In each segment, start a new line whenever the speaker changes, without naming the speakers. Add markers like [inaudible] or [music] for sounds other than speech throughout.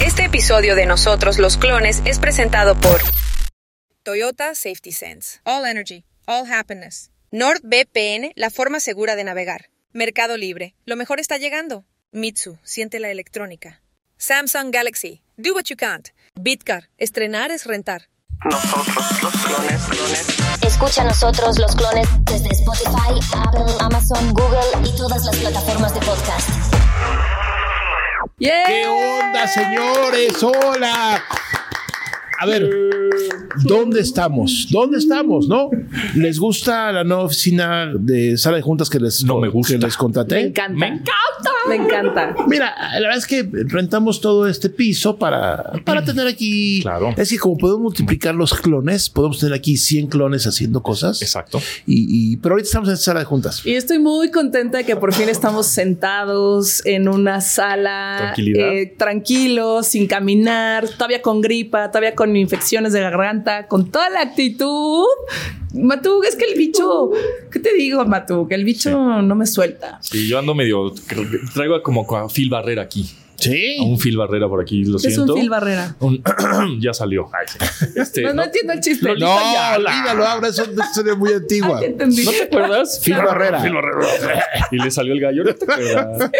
Este episodio de Nosotros los Clones es presentado por Toyota Safety Sense,
All Energy, All Happiness.
NordVPN, la forma segura de navegar, Mercado Libre, lo mejor está llegando, Mitsu, siente la electrónica, Samsung Galaxy, do what you can't, Bitcar, estrenar es rentar.
Nosotros los clones, clones.
Escucha a nosotros los clones desde Spotify, Apple, Amazon, Google y todas las plataformas de podcast.
¡Yeah!
¿Qué onda, señores? Hola. A ver, ¿dónde estamos? ¿Dónde estamos? ¿No? ¿Les gusta la nueva oficina de sala de juntas que les,
No me gusta.
que les contraté?
Me encanta. Me encanta. Me encanta.
Mira, la verdad es que rentamos todo este piso para, para tener aquí.
Claro.
Es que como podemos multiplicar los clones, podemos tener aquí 100 clones haciendo cosas.
Exacto.
Y, y- pero ahorita estamos en sala de juntas.
Y estoy muy contenta de que por fin estamos sentados en una sala
Tranquilidad.
tranquilos, sin caminar, todavía con gripa, todavía con infecciones de garganta, con toda la actitud. Matú, es que el bicho, ¿qué te digo, Matú? Que el bicho no me suelta.
Sí, yo ando medio. Traigo como a Phil Barrera aquí. A
Sí.
un Phil Barrera por aquí, lo
Es
siento.
un Phil Barrera.
Un- [clears throat] ya salió. Ay,
[laughs]
sí. Este,
no, no
¿no?
entiendo el chiste.
No, olvídalo, ahora es una historia muy
Ah,
antigua.
ya entendí.
¿No te acuerdas?
[laughs] Phil Barrera.
Phil Barrera. Y le salió el gallo. ¿no te
[laughs]
acuerdas?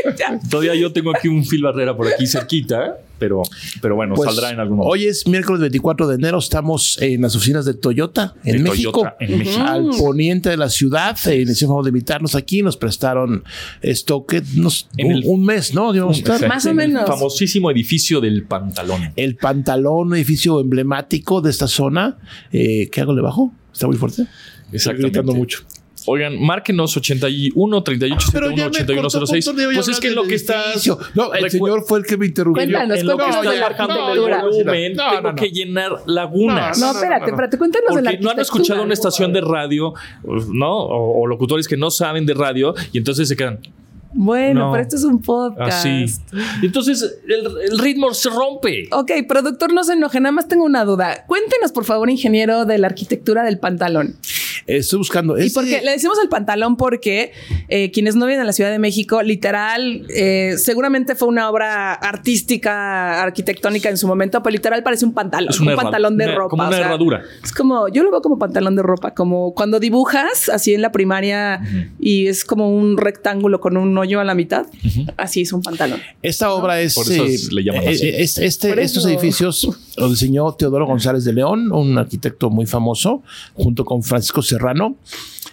Todavía yo tengo aquí un Phil Barrera por aquí cerquita, pero, pero bueno,
Pues,
saldrá en algún momento.
Hoy es miércoles 24 de enero, estamos en las oficinas de Toyota en
De
México.
Toyota, en México.
Al poniente de la ciudad, eh, les hicieron favor de invitarnos aquí, nos prestaron esto que nos
En
un,
el-
un mes, ¿no? Digamos, claro.
Pues, Más o
Este, En el
menos.
famosísimo edificio del pantalón.
El pantalón, edificio emblemático de esta zona. Eh, ¿Qué hago? ¿Le bajo? Está muy fuerte. Estoy
Exactamente.
gritando mucho.
Oigan, márquenos 81 38 71 8106. Pues es que es lo que está.
No, el
Recu-
señor fue el que me interrumpió.
Cuéntanos,
en lo que
cuéntanos
está
de la
bajando
arquitectura.
el volumen,
No, no,
tengo
no.
que llenar lagunas.
No, espérate, espérate. Cuéntanos de la
Porque no han escuchado una
arquitectura.
estación de radio, ¿no? O, o locutores que no saben de radio y entonces se quedan
Bueno,
No.
pero esto es un podcast. Oh,
así. Y entonces el, el ritmo se rompe.
Ok, productor, no se enoje, nada más tengo una duda. Cuéntenos, por favor, ingeniero, de la arquitectura del pantalón.
Estoy buscando.
Y
Este-
porque le decimos el pantalón porque eh, quienes no viven a la Ciudad de México, literal, eh, seguramente fue una obra artística, arquitectónica en su momento, pero literal parece un pantalón,
Es
un
una herra-
pantalón de
una-
ropa.
como
o
una
sea,
herradura.
Es como, yo lo veo como pantalón de ropa, como cuando dibujas así en la primaria y es como un rectángulo con un hoyo a la mitad. Así es un pantalón.
Esta obra es.
Por eso es- le llaman así.
es- este-
Por eso.
Estos edificios los diseñó Teodoro González de León, un arquitecto muy famoso, junto con Francisco Serrano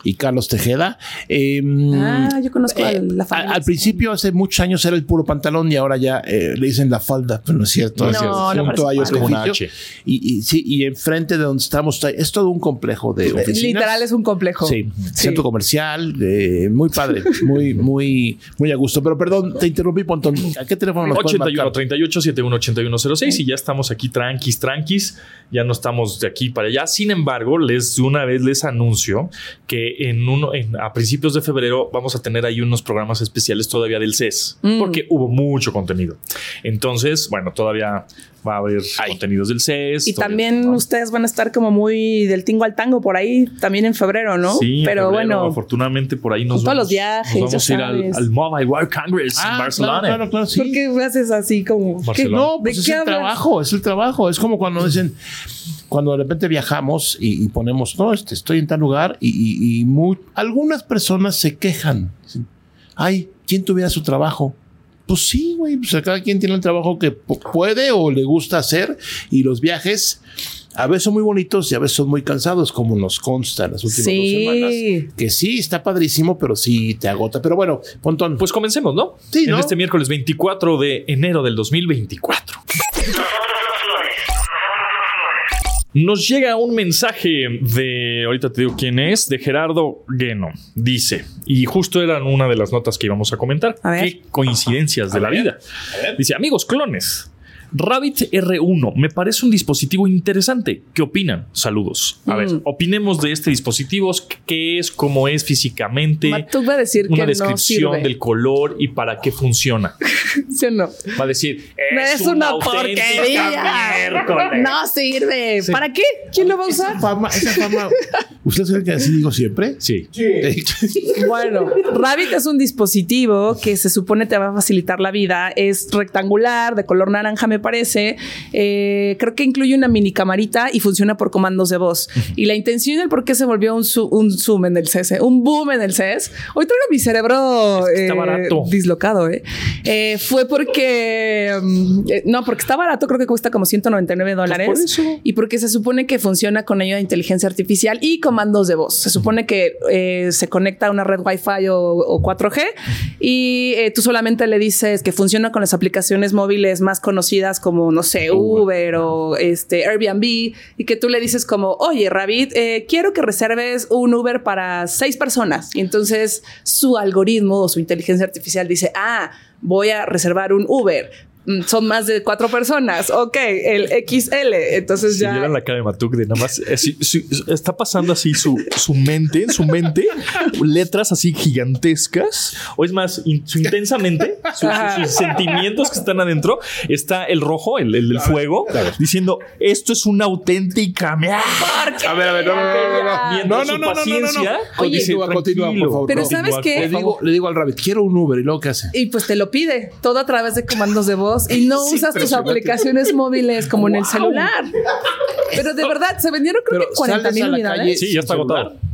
y Carlos Tejeda. Eh,
Mm.
Ah, yo conozco
Eh,
a la
al,
familia.
al principio, hace muchos años, era el puro pantalón y ahora ya eh, le dicen la falda, pero no es cierto.
No,
es cierto.
no
Junto
parece
hay otro
falda. Como una
edificio.
H.
Y, y sí, y enfrente de donde estamos, está- es todo un complejo de oficinas.
Literal es un complejo.
Sí, centro comercial, eh, muy [laughs] padre, muy, muy, muy a gusto. Pero perdón, te interrumpí, Pontón. ¿A qué teléfono nos pueden
81
marcar?
38 71 81 06 y ya estamos aquí tranquis, tranquis. Ya no estamos de aquí para allá. Sin embargo, les de una vez les anuncio que en uno, en- a principios de febrero vamos a tener ahí unos programas especiales todavía del CES
Mm.
porque hubo mucho contenido. Entonces, bueno, todavía va a haber contenidos del CES.
Y
todavía-
también
¿no?
ustedes van a estar como muy del tingo al tango por ahí, también en febrero, ¿no?
Sí, en
Pero
febrero,
bueno,
afortunadamente por ahí nos
todos
vamos,
los viajes,
nos vamos
ya
a ir al,
sabes.
al Mobile World Congress
Ah,
en Barcelona.
Claro, claro, claro, sí.
¿por qué haces así como?
Barcelona.
No,
¿De
pues es
qué
el
hablas?
trabajo, es el trabajo. Es como cuando dicen, cuando de repente viajamos y, y ponemos, no, este, estoy en tal lugar y, y- y mu- algunas personas se quejan. Dicen, Ay, ¿quién tuviera su trabajo? Pues sí, güey, pues a cada quien tiene el trabajo que pu- puede o le gusta hacer y los viajes a veces son muy bonitos y a veces son muy cansados, como nos consta en las últimas dos semanas.
Sí.
Que sí, está padrísimo, pero sí te agota. Pero bueno, Pontón,
Pues comencemos, ¿no?
Sí,
en
¿no?
este miércoles 24 de enero del 2024. Nos llega un mensaje de, ahorita te digo quién es, de Gerardo Gueno. Dice, y justo eran una de las notas que íbamos a comentar.
A ver.
Qué coincidencias de la vida. Dice, amigos clones, Rabbit R1 me parece un dispositivo interesante. ¿Qué opinan? Saludos.
Mm.
A ver, opinemos de este dispositivo, qué es, cómo es físicamente
Tú va a decir
una
que no
descripción
sirve.
del color y para qué funciona.
[laughs] ¿Sí o no?
Va
[laughs]
a decir,
Es
es,
una
auténtica
porquería.
miércoles".
No sirve.
Sí.
¿Para qué? ¿Quién lo va a usar?
fama, esa fama ¿Ustedes creen que así digo siempre?
Sí.
[laughs]
[laughs]
Bueno, Rabbit es un dispositivo que se supone te va a facilitar la vida. Es rectangular, de color naranja, me parece. Eh, creo que incluye una mini camarita y funciona por comandos de voz. Y la intención del por qué se volvió un, su- un zoom en el CES, eh, un boom en el CES. Hoy traigo mi cerebro
Es que está
eh,
barato.
dislocado. eh. Eh, fue porque mm, eh, no, porque está barato. Creo que cuesta como 199 dólares
Pues por eso.
y porque se supone que funciona con ayuda de inteligencia artificial y comandos de voz. Se supone que eh, se conecta a una red Wi-Fi o, o 4G y eh, tú solamente le dices que funciona con las aplicaciones móviles más conocidas como, no sé, Uber o este Airbnb y que tú le dices como, oye, Rabbit, eh, quiero que reserves un Uber para seis personas. Y entonces su algoritmo o su inteligencia artificial dice, ah, voy a reservar un Uber. Mm, son más de cuatro personas. Ok, el XL. Entonces
Si
ya.
vieran la cara de Matuk de nada más. eh, sí, sí, está pasando así su, su mente, en su mente, letras así gigantescas. O es más, in- su intensamente, su- su- sus sentimientos que están adentro, está el rojo, el, el del fuego, diciendo: Esto es una auténtica.
Ah,
mea-".
A ver, a ver, no, no, no, no, no.
Mientras su paciencia
Oye,
dice,
continúa, continúa, por
"Tranquilo,
favor.
Pero
no.
¿sabes
continúa,
qué?
Le digo, le digo al rabbit, quiero un Uber y luego ¿qué hace?
Y pues te lo pide todo a través de comandos de voz y
[laughs]
no usas tus aplicaciones móviles como en el celular. Pero de verdad, se vendieron creo
Pero
que 40
sales
mil
a la calle
unidades.
Sí, ya está
sin celular.
agotado.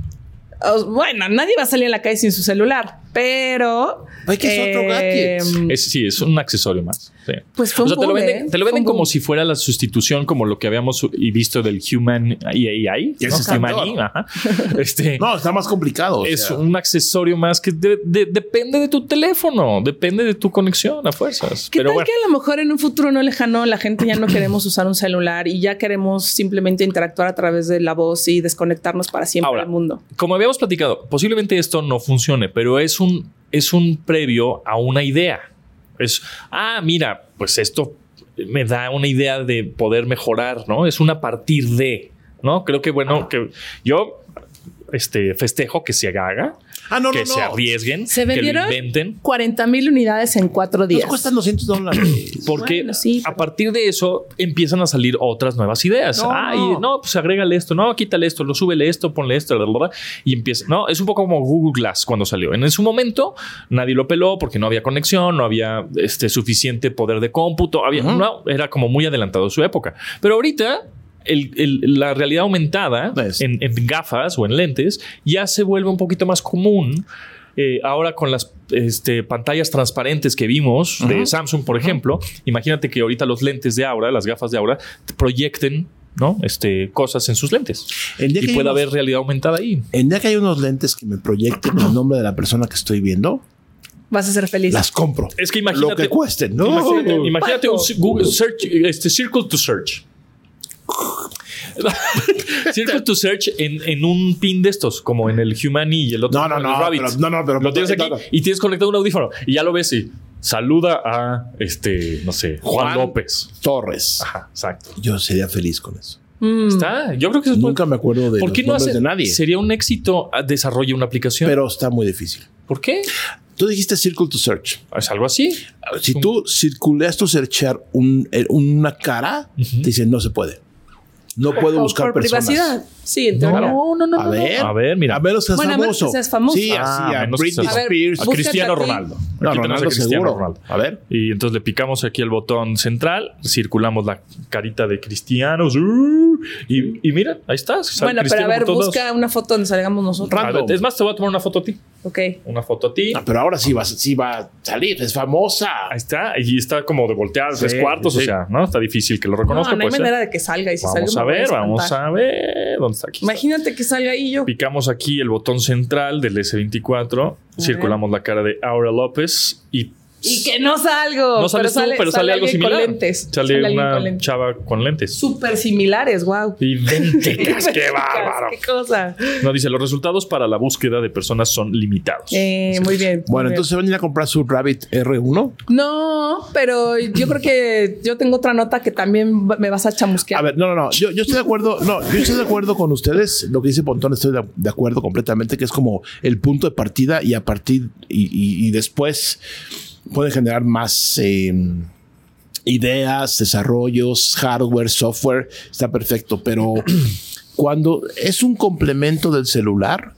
Oh, Bueno, nadie va a salir a la calle sin su celular, pero. eh,
Ay, que es otro gadget. Eh,
Es, sí, es un accesorio más. sí.
Pues fue
O sea,
un
te lo
boom,
venden,
¿eh?
te lo
Fue
venden
un boom.
como si fuera la sustitución, como lo que habíamos su- y visto del Human y AI.
Y ese está
Humani,
peor.
[laughs]
ajá. Este,
No, está más complicado. o
es
sea.
un accesorio más que de- de- depende de tu teléfono, depende de tu conexión a fuerzas.
¿Qué
Pero
tal
bueno,
que a lo mejor en un futuro no lejano la gente ya no queremos usar un celular y ya queremos simplemente interactuar a través de la voz y desconectarnos para siempre
Ahora,
del mundo?
como habíamos platicado, posiblemente esto no funcione, pero es un, es un previo a una idea. Es, ah, mira, pues esto me da una idea de poder mejorar, ¿no? Es una partir de, ¿no? Creo que, bueno, que yo este, festejo que se haga,
Ah, no,
que
no,
se
no.
arriesguen,
Se
que lo
vendieron
inventen.
40 mil unidades en cuatro
Nos
días.
cuestan 200 dólares.
Porque
Bueno, sí,
a partir de eso empiezan a salir otras nuevas ideas.
No,
Ay,
no.
no. pues agrégale esto, no, quítale esto, lo súbele esto, ponle esto, bla, bla, bla, y empieza. No, es un poco como Google Glass cuando salió. En su momento nadie lo peló porque no había conexión, no había este, suficiente poder de cómputo, había,
Ujú.
no, era como muy adelantado su época. Pero ahorita. el- el- la realidad aumentada
Pues.
en, en gafas o en lentes ya se vuelve un poquito más común eh, ahora con las este, pantallas transparentes que vimos de Samsung, por ejemplo, imagínate que ahorita los lentes de Aura, las gafas de Aura, te proyecten ¿no? este, cosas en sus lentes.
El día
y
que
puede
vimos-
haber realidad aumentada ahí.
En día que hay unos lentes que me proyecten el nombre de la persona que estoy viendo,
Vas a ser feliz.
las compro.
Es que imagínate.
Lo que cuesten, ¿no?
Imagínate,
Uh,
imagínate un ci- Google search, este, Circle to
[laughs]
Search. circle to Search en, en un pin de estos, como en el Humani y el otro.
No, no,
el
no,
Rabbit.
pero- no, no, pero-
Lo tienes aquí
no, no.
y tienes conectado un audífono y ya lo ves y saluda a este, no sé, Juan,
Juan.
López.
Torres.
Ajá, exacto.
Yo sería feliz con eso.
Mm.
Está. Yo creo que eso es
Nunca me acuerdo de
¿Por qué
los
no
nombres
hace
de nadie.
Sería un éxito ah, desarrollo una aplicación.
Pero está muy difícil.
¿Por qué?
Tú dijiste Circle to Search.
Es algo así.
Si tú circuleas tu searchear un- eh, una cara, te dicen no se puede. No puedo
Por-
buscar
por
personas.
privacidad. Sí, en teoría.
No, no, no,
A
no, no.
ver,
A ver, mira.
A menos que seas
Bueno, a menos
famoso.
que seas famoso.
Sí,
Ah,
así,
a
a
menos que
Britney
seas- A
ver,
Spears.
A
Búscate
Cristiano
a ti.
Ronaldo.
No,
Aquí tenemos a
Ronaldo
Cristiano
seguro.
Ronaldo.
A ver.
Y entonces le picamos aquí el botón central, circulamos la carita de Cristiano. ¡uh! y, y mira, ahí está. sale
Bueno, pero a
Cristiano
ver,
por todos lados.
busca una foto donde salgamos nosotros.
A ver,
Random.
es más, te voy a tomar una foto a ti.
Ok.
Una foto a ti.
Ah, pero ahora sí va, sí va a salir, es famosa.
Ahí está. Y está como de voltear tres
Sí,
cuartos.
sí.
O sea, ¿no? Está difícil que lo
No,
reconozca.
no hay
pues,
manera
eh.
de que salga. Y si
Vamos
salga,
a
me voy
ver, vamos
espantar.
a ver. ¿Dónde está aquí? está.
Imagínate que salga ahí yo.
Picamos aquí el botón central del S24, circulamos la cara de Aura López y
Y que no salgo.
no sales tú, pero sale, algo
alguien
similar.
Con lentes.
Sale,
alguien
una
con lentes.
chava con lentes.
Súper similares, wow. [laughs]
Idénticas, qué bárbaro.
Qué cosa.
No dice, los resultados para la búsqueda de personas son limitados.
Eh, muy bien. muy
Bueno,
bien.
entonces van a ir a comprar su Rabbit R1.
No, pero yo creo que yo tengo otra nota que también va- me vas a chamusquear.
A ver, no, no, no. Yo, yo estoy de acuerdo. No, yo estoy de acuerdo con ustedes. Lo que dice Pontón, estoy de, de acuerdo completamente, que es como el punto de partida y a partir y, y- y después puede generar más eh, ideas, desarrollos, hardware, software. Está perfecto, pero Cuando es un complemento del celular,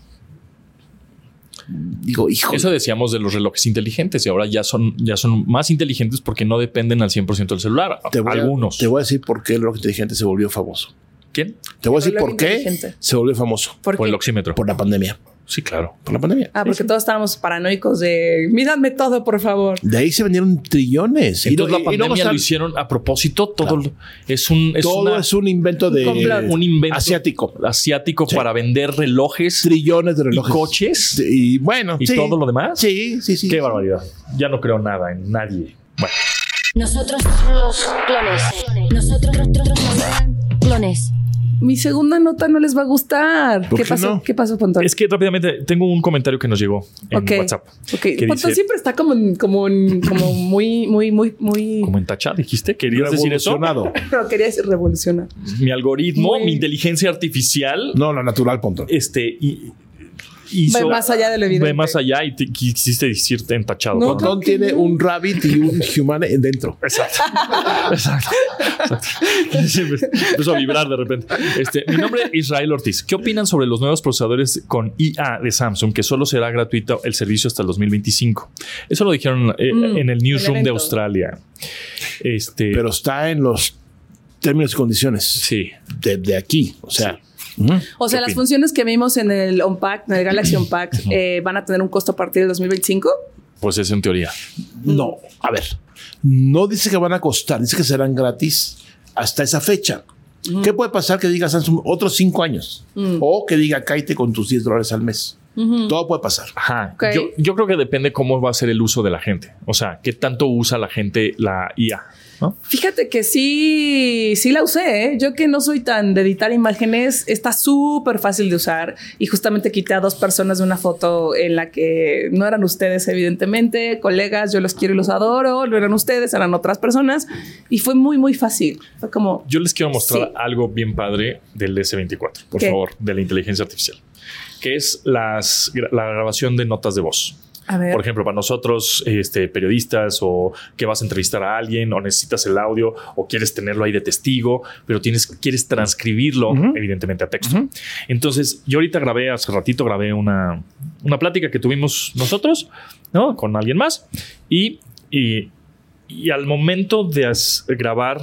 digo, hijo,
Eso decíamos de los relojes inteligentes y ahora ya son, ya son más inteligentes porque no dependen al 100% del celular.
te voy a-
Algunos.
te voy a decir por qué el reloj inteligente se volvió famoso.
¿Quién?
Te voy a
El
decir
reloj
por qué
inteligente.
se volvió famoso.
¿Por
Por el
qué?
oxímetro.
Por la pandemia.
Sí, claro.
Por la pandemia.
Ah, porque todos estábamos paranoicos de mírame todo, por favor.
De ahí se vendieron trillones.
Entonces
no-
la
no
pandemia
gastan-
lo hicieron a propósito. Todo
Claro.
lo- es un es
todo
una-
es un invento de
complot.
un invento
asiático.
asiático
Sí.
para vender relojes
Trillones de
y
relojes.
coches
Y bueno,
y
sí.
todo lo demás.
Sí, sí, sí.
Qué barbaridad. Ya no creo nada en nadie. Bueno,
Nosotros los clones. Nosotros los clones.
Mi segunda nota no les va a gustar.
¿Por
¿Qué
qué
pasó?
no?
¿Qué pasó, Pontón?
es que rápidamente tengo un comentario que nos llegó en WhatsApp.
Ok.
que
Pontón
dice-
siempre está como, en- como, en- como muy, muy, muy, muy.
Como en tacha, dijiste, querías decir eso.
Revolucionado.
Pero quería decir revolucionar.
Mi algoritmo,
Muy-
mi inteligencia artificial,
No, la natural, punto.
este y, hizo-
Ve más allá de lo evidente.
Ve más allá y te- quisiste decirte entachado.
No,
perdón.
Pontón tiene un rabbit y un human en- dentro.
Exacto. Exacto. Exacto. Siempre [laughs] Empezó a vibrar de repente. Este, mi nombre es Israel Ortiz. ¿Qué opinan sobre los nuevos procesadores con IA de Samsung que solo será gratuito el servicio hasta el 2025? Eso lo dijeron eh,
Mm,
en el newsroom
el
de
evento.
Australia. Este,
Pero está en los términos y condiciones
sí.
de, de aquí. O
O sea,
sea,
¿Qué
las
opinas?
funciones que vimos en el Unpack, en el
[clears throat]
Galaxy Unpack, eh, van a tener un costo a partir del 2025.
Pues es en teoría.
no. A ver, no dice que van a costar, dice que serán gratis hasta esa fecha.
Mm.
¿Qué puede pasar que diga Samsung otros cinco años? O que diga cállate con tus 10 dólares al mes. Todo puede pasar.
Ajá.
Ok.
Yo, yo creo que depende cómo va a ser el uso de la gente. O sea, qué tanto usa la gente la IA. ¿no?
Fíjate que sí, sí la usé. ¿eh? Yo que no soy tan de editar imágenes, está súper fácil de usar. Y justamente quité a dos personas de una foto en la que no eran ustedes, evidentemente, colegas, yo los quiero y los adoro, no eran ustedes, eran otras personas. Y fue muy, muy fácil. Fue como...
Yo les quiero mostrar
Sí.
algo bien padre del S24, por
¿Qué?
favor, de la inteligencia artificial, que es las, gra- la grabación de notas de voz.
A ver.
Por ejemplo, para nosotros, este, periodistas, o que vas a entrevistar a alguien, o necesitas el audio, o quieres tenerlo ahí de testigo, pero tienes, quieres transcribirlo, evidentemente, a texto. Entonces, yo ahorita grabé, hace ratito grabé una, una plática que tuvimos nosotros, ¿no? Con alguien más, y, y, y al momento de as- grabar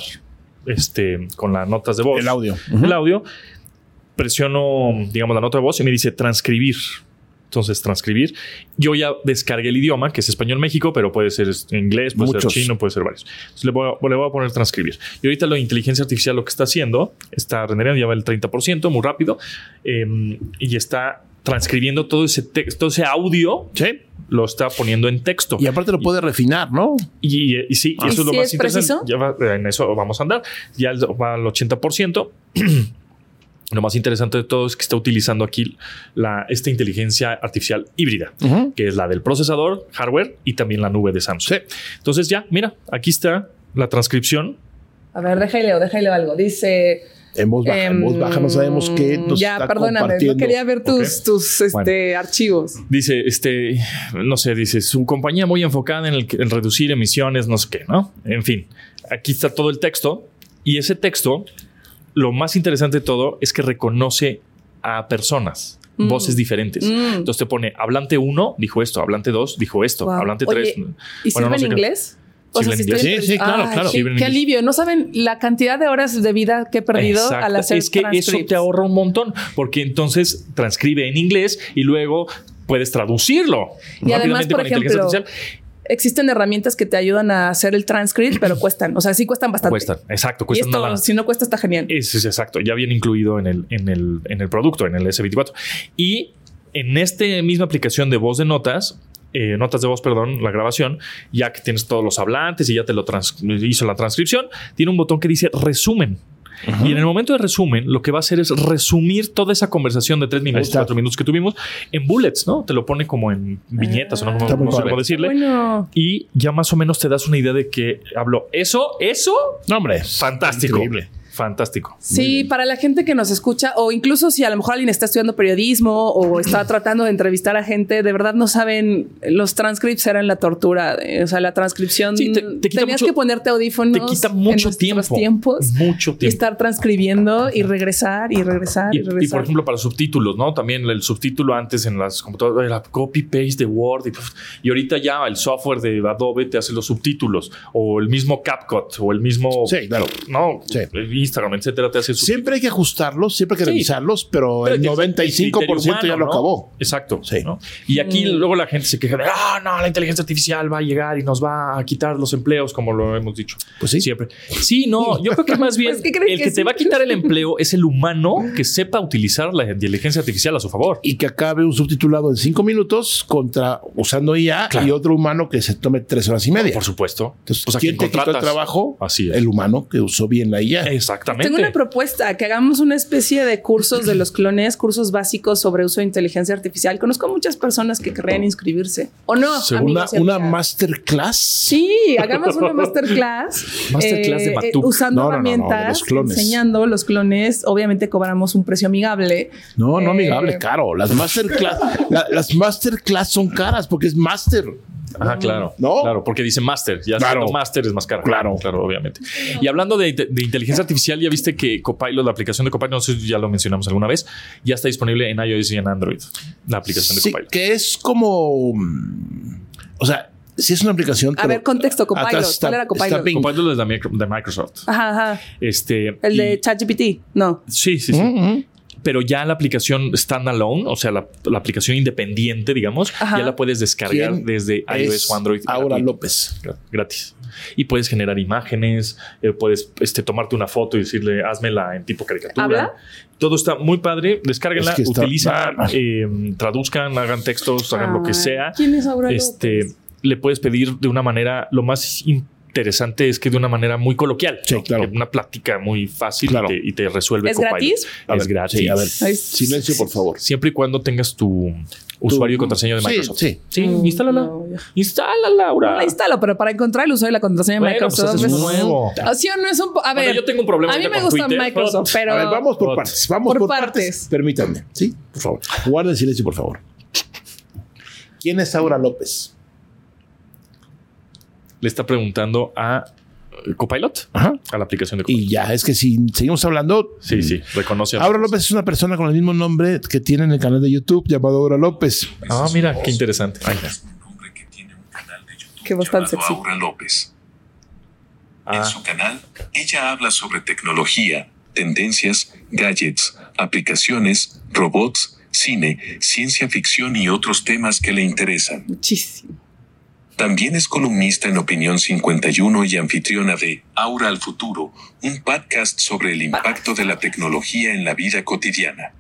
este, con las notas de voz,
El audio.
el audio, presiono, digamos, la nota de voz y me dice transcribir. Entonces, transcribir. Yo ya descargué el idioma, que es español México, pero puede ser es- inglés, puede
Muchos.
ser chino, puede ser varios. Entonces, le voy, a, le voy a poner transcribir. Y ahorita la inteligencia artificial lo que está haciendo, está rendereando, ya va el 30%, muy rápido, eh, y está transcribiendo todo ese texto, todo ese audio,
Sí.
lo está poniendo en texto.
Y aparte lo puede refinar, ¿no?
Y, y- y sí,
¿Y
eso es lo
si
más
es
interesante.
preciso?
Ya va- en eso vamos a andar. Ya el- va al 80%. [clears throat] lo más interesante de todo es que está utilizando aquí la, esta inteligencia artificial híbrida,
Ujú.
que es la del procesador, hardware y también la nube de Samsung.
Sí.
Entonces ya, mira, aquí está la transcripción.
A ver, déjale, déjale algo. Dice...
En voz baja. en
em,
voz baja no sabemos qué nos
Ya,
está
perdóname, no
compartiendo.
quería ver tus,
Ok.
tus este, archivos.
Dice, este, no sé, dice, su compañía muy enfocada en, el, en reducir emisiones, no sé qué, ¿no? En fin, aquí está todo el texto y ese texto, lo más interesante de todo es que reconoce a personas,
Mm.
voces diferentes.
Mm.
Entonces te pone, hablante 1 dijo esto, hablante 2 dijo esto,
Wow.
hablante
Oye,
3.
¿Y
Bueno,
sirven
no sé qué.
inglés?
Sirven inglés.
estoy-
Sí, sí, claro,
Ay,
claro.
Qué,
Sirven
qué
inglés.
alivio. No saben la cantidad de horas de vida que he perdido al hacer
es que eso
transcripts.
te ahorra un montón, porque entonces transcribe en inglés y luego puedes traducirlo.
Y además,
rápidamente
por
con inteligencia
ejemplo,
artificial.
Existen herramientas que te ayudan a hacer el transcript, pero cuestan. O sea, sí cuestan bastante.
Cuestan, exacto,
y
cuestan una Eh,
esto,
lana.
si no cuesta, está genial.
Eso es exacto, ya viene incluido en el, en el, en el producto, en el S24. Y en esta misma aplicación de voz de notas, eh, notas de voz, perdón, la grabación, ya que tienes todos los hablantes y ya te lo trans- hizo la transcripción, tiene un botón que dice resumen. Y en el momento de resumen, lo que va a hacer es resumir toda esa conversación de tres minutos,
está.
cuatro minutos que tuvimos en bullets, ¿no? Te lo pone como en viñetas o no, no-
Ah, Está muy
no sé
padre.
cómo decirle.
Bueno,
Y ya más o menos te das una idea de que habló. Eso, eso,
No, hombre.
fantástico.
Increíble.
Fantástico.
Sí, para la gente que nos escucha, o incluso si a lo mejor alguien está estudiando periodismo o está tratando de entrevistar a gente, de verdad no saben, los transcripts eran la tortura. eh, O sea, la transcripción.
Sí, te- te quita
tenías
mucho-
que ponerte audífonos.
te quita mucho
en nuestros
tiempo,
tiempos.
mucho
Y
tiempo.
estar transcribiendo y regresar y regresar y,
Y,
regresar.
y, por ejemplo, para subtítulos, ¿no? También el subtítulo antes en las computadoras era copy paste de Word y, puf, y ahorita ya el software de Adobe te hace los subtítulos o el mismo CapCut o el mismo
Sí, claro.
no
Sí.
Instagram, etcétera, te hace subtítulos.
Siempre hay que ajustarlos, siempre hay que
Sí.
revisarlos, pero, el
Pero que es
95% ya
criterio
lo
humano,
acabó.
¿no? Exacto.
Sí.
¿no? Y aquí
Mm.
luego la gente se queja de, ah, no, la inteligencia artificial va a llegar y nos va a quitar los empleos, como lo hemos dicho.
Pues sí.
Siempre. Sí, no, yo creo que más
[laughs]
bien
Pues, ¿qué crees
el que,
que
te
sí?
va a quitar el empleo es el humano
[laughs]
que sepa utilizar la inteligencia artificial a su favor.
Y que acabe un subtitulado en cinco minutos contra usando IA
Claro.
y otro humano que se tome tres horas y media.
Por supuesto.
Entonces,
O sea,
¿quién te
¿quién
quitó el
contratas?
trabajo?
Así es.
El humano que usó bien la IA.
Exactamente.
Tengo una propuesta, que hagamos una especie de cursos de los clones, cursos básicos sobre uso de inteligencia artificial. Conozco muchas personas que querrían inscribirse. ¿O no?
una,
amigos y
una
amigas?
masterclass.
Sí, hagamos una masterclass.
[laughs]
eh,
Masterclass de Matuk.
usando
No, no, no, no, de
herramientas,
los clones.
enseñando los clones. Obviamente cobramos un precio amigable.
No, no
Eh,
amigable, caro. Las masterclass, la- las masterclass son caras porque es master.
Mm.
Ajá, claro.
¿No?
Claro, porque dice máster. Ya
Claro.
siendo máster es más caro.
Claro.
Claro, obviamente. Y hablando de, de inteligencia artificial, ya viste que Copilot, la aplicación de Copilot, no sé si ya lo mencionamos alguna vez, ya está disponible en iOS y en Android. La aplicación de
Sí,
Copilot.
que es como. mm, O sea, sí es una aplicación.
A ver, contexto, Copilot.
atrás
¿Cuál era Copilot?
Bing.
Copilot es de, micro- de Microsoft.
Ajá, ajá.
Este.
El
y-
de ChatGPT. No.
Sí, sí, sí.
Mm.
Pero ya la aplicación standalone, o sea, la, la aplicación independiente, digamos,
Ajá.
ya la puedes descargar
¿Quién
desde iOS
es
o Android.
Aura
gratuito.
López.
Gra- gratis. Y puedes generar imágenes, eh, puedes este, tomarte una foto y decirle, hazmela en tipo caricatura.
¿Habla?
Todo está muy padre. Descárguenla,
Es que está-
utilizan,
Ah.
eh, traduzcan, hagan textos, hagan lo que
Ay,
sea.
Ah, ¿Quién es Aura
Este,
López?
le puedes pedir de una manera, lo más interesante es que de una manera muy coloquial.
Sí, claro.
Una plática muy fácil
Claro.
y, te, y te resuelve.
¿Es
Copilot.
gratis?
A
Es
ver,
gratis.
sí, a ver.
Ay,
Silencio, por favor.
Siempre y cuando tengas tu usuario y contraseña de
Sí,
Microsoft.
sí.
instálala.
Oh, no, ya.
instálala, Laura.
No la instalo, pero para encontrar el usuario y la contraseña de
Bueno, pues,
Microsoft.
eso es
es-
nuevo.
Ah, sí o no es un. po- A ver,
Bueno, yo tengo un problema
A mí
ahorita
me
con
gusta
Twitter.
Microsoft, pero.
A ver, vamos por
Ot-
partes. Vamos
por
por, partes.
partes.
Permítanme. Sí, por favor. Guarden silencio, por favor. ¿Quién es Aura López?
le está preguntando a eh, Copilot,
Ajá.
a la aplicación de Copilot.
Y ya, es que si seguimos hablando. mm,
Sí, sí, reconoce. a-
Aura López es una persona con el mismo nombre que tiene en el canal de YouTube llamado Aura López.
Ah, mira, qué interesante.
un hombre que tiene un canal de YouTube
Que bastante
llamado
sexy.
Aura López. En
Ah,
su canal, ella habla sobre tecnología, tendencias, gadgets, aplicaciones, robots, cine, ciencia ficción y otros temas que le interesan.
Muchísimo.
También es columnista en Opinión 51 y anfitriona de Aura al Futuro, un podcast sobre el impacto de la tecnología en la vida cotidiana.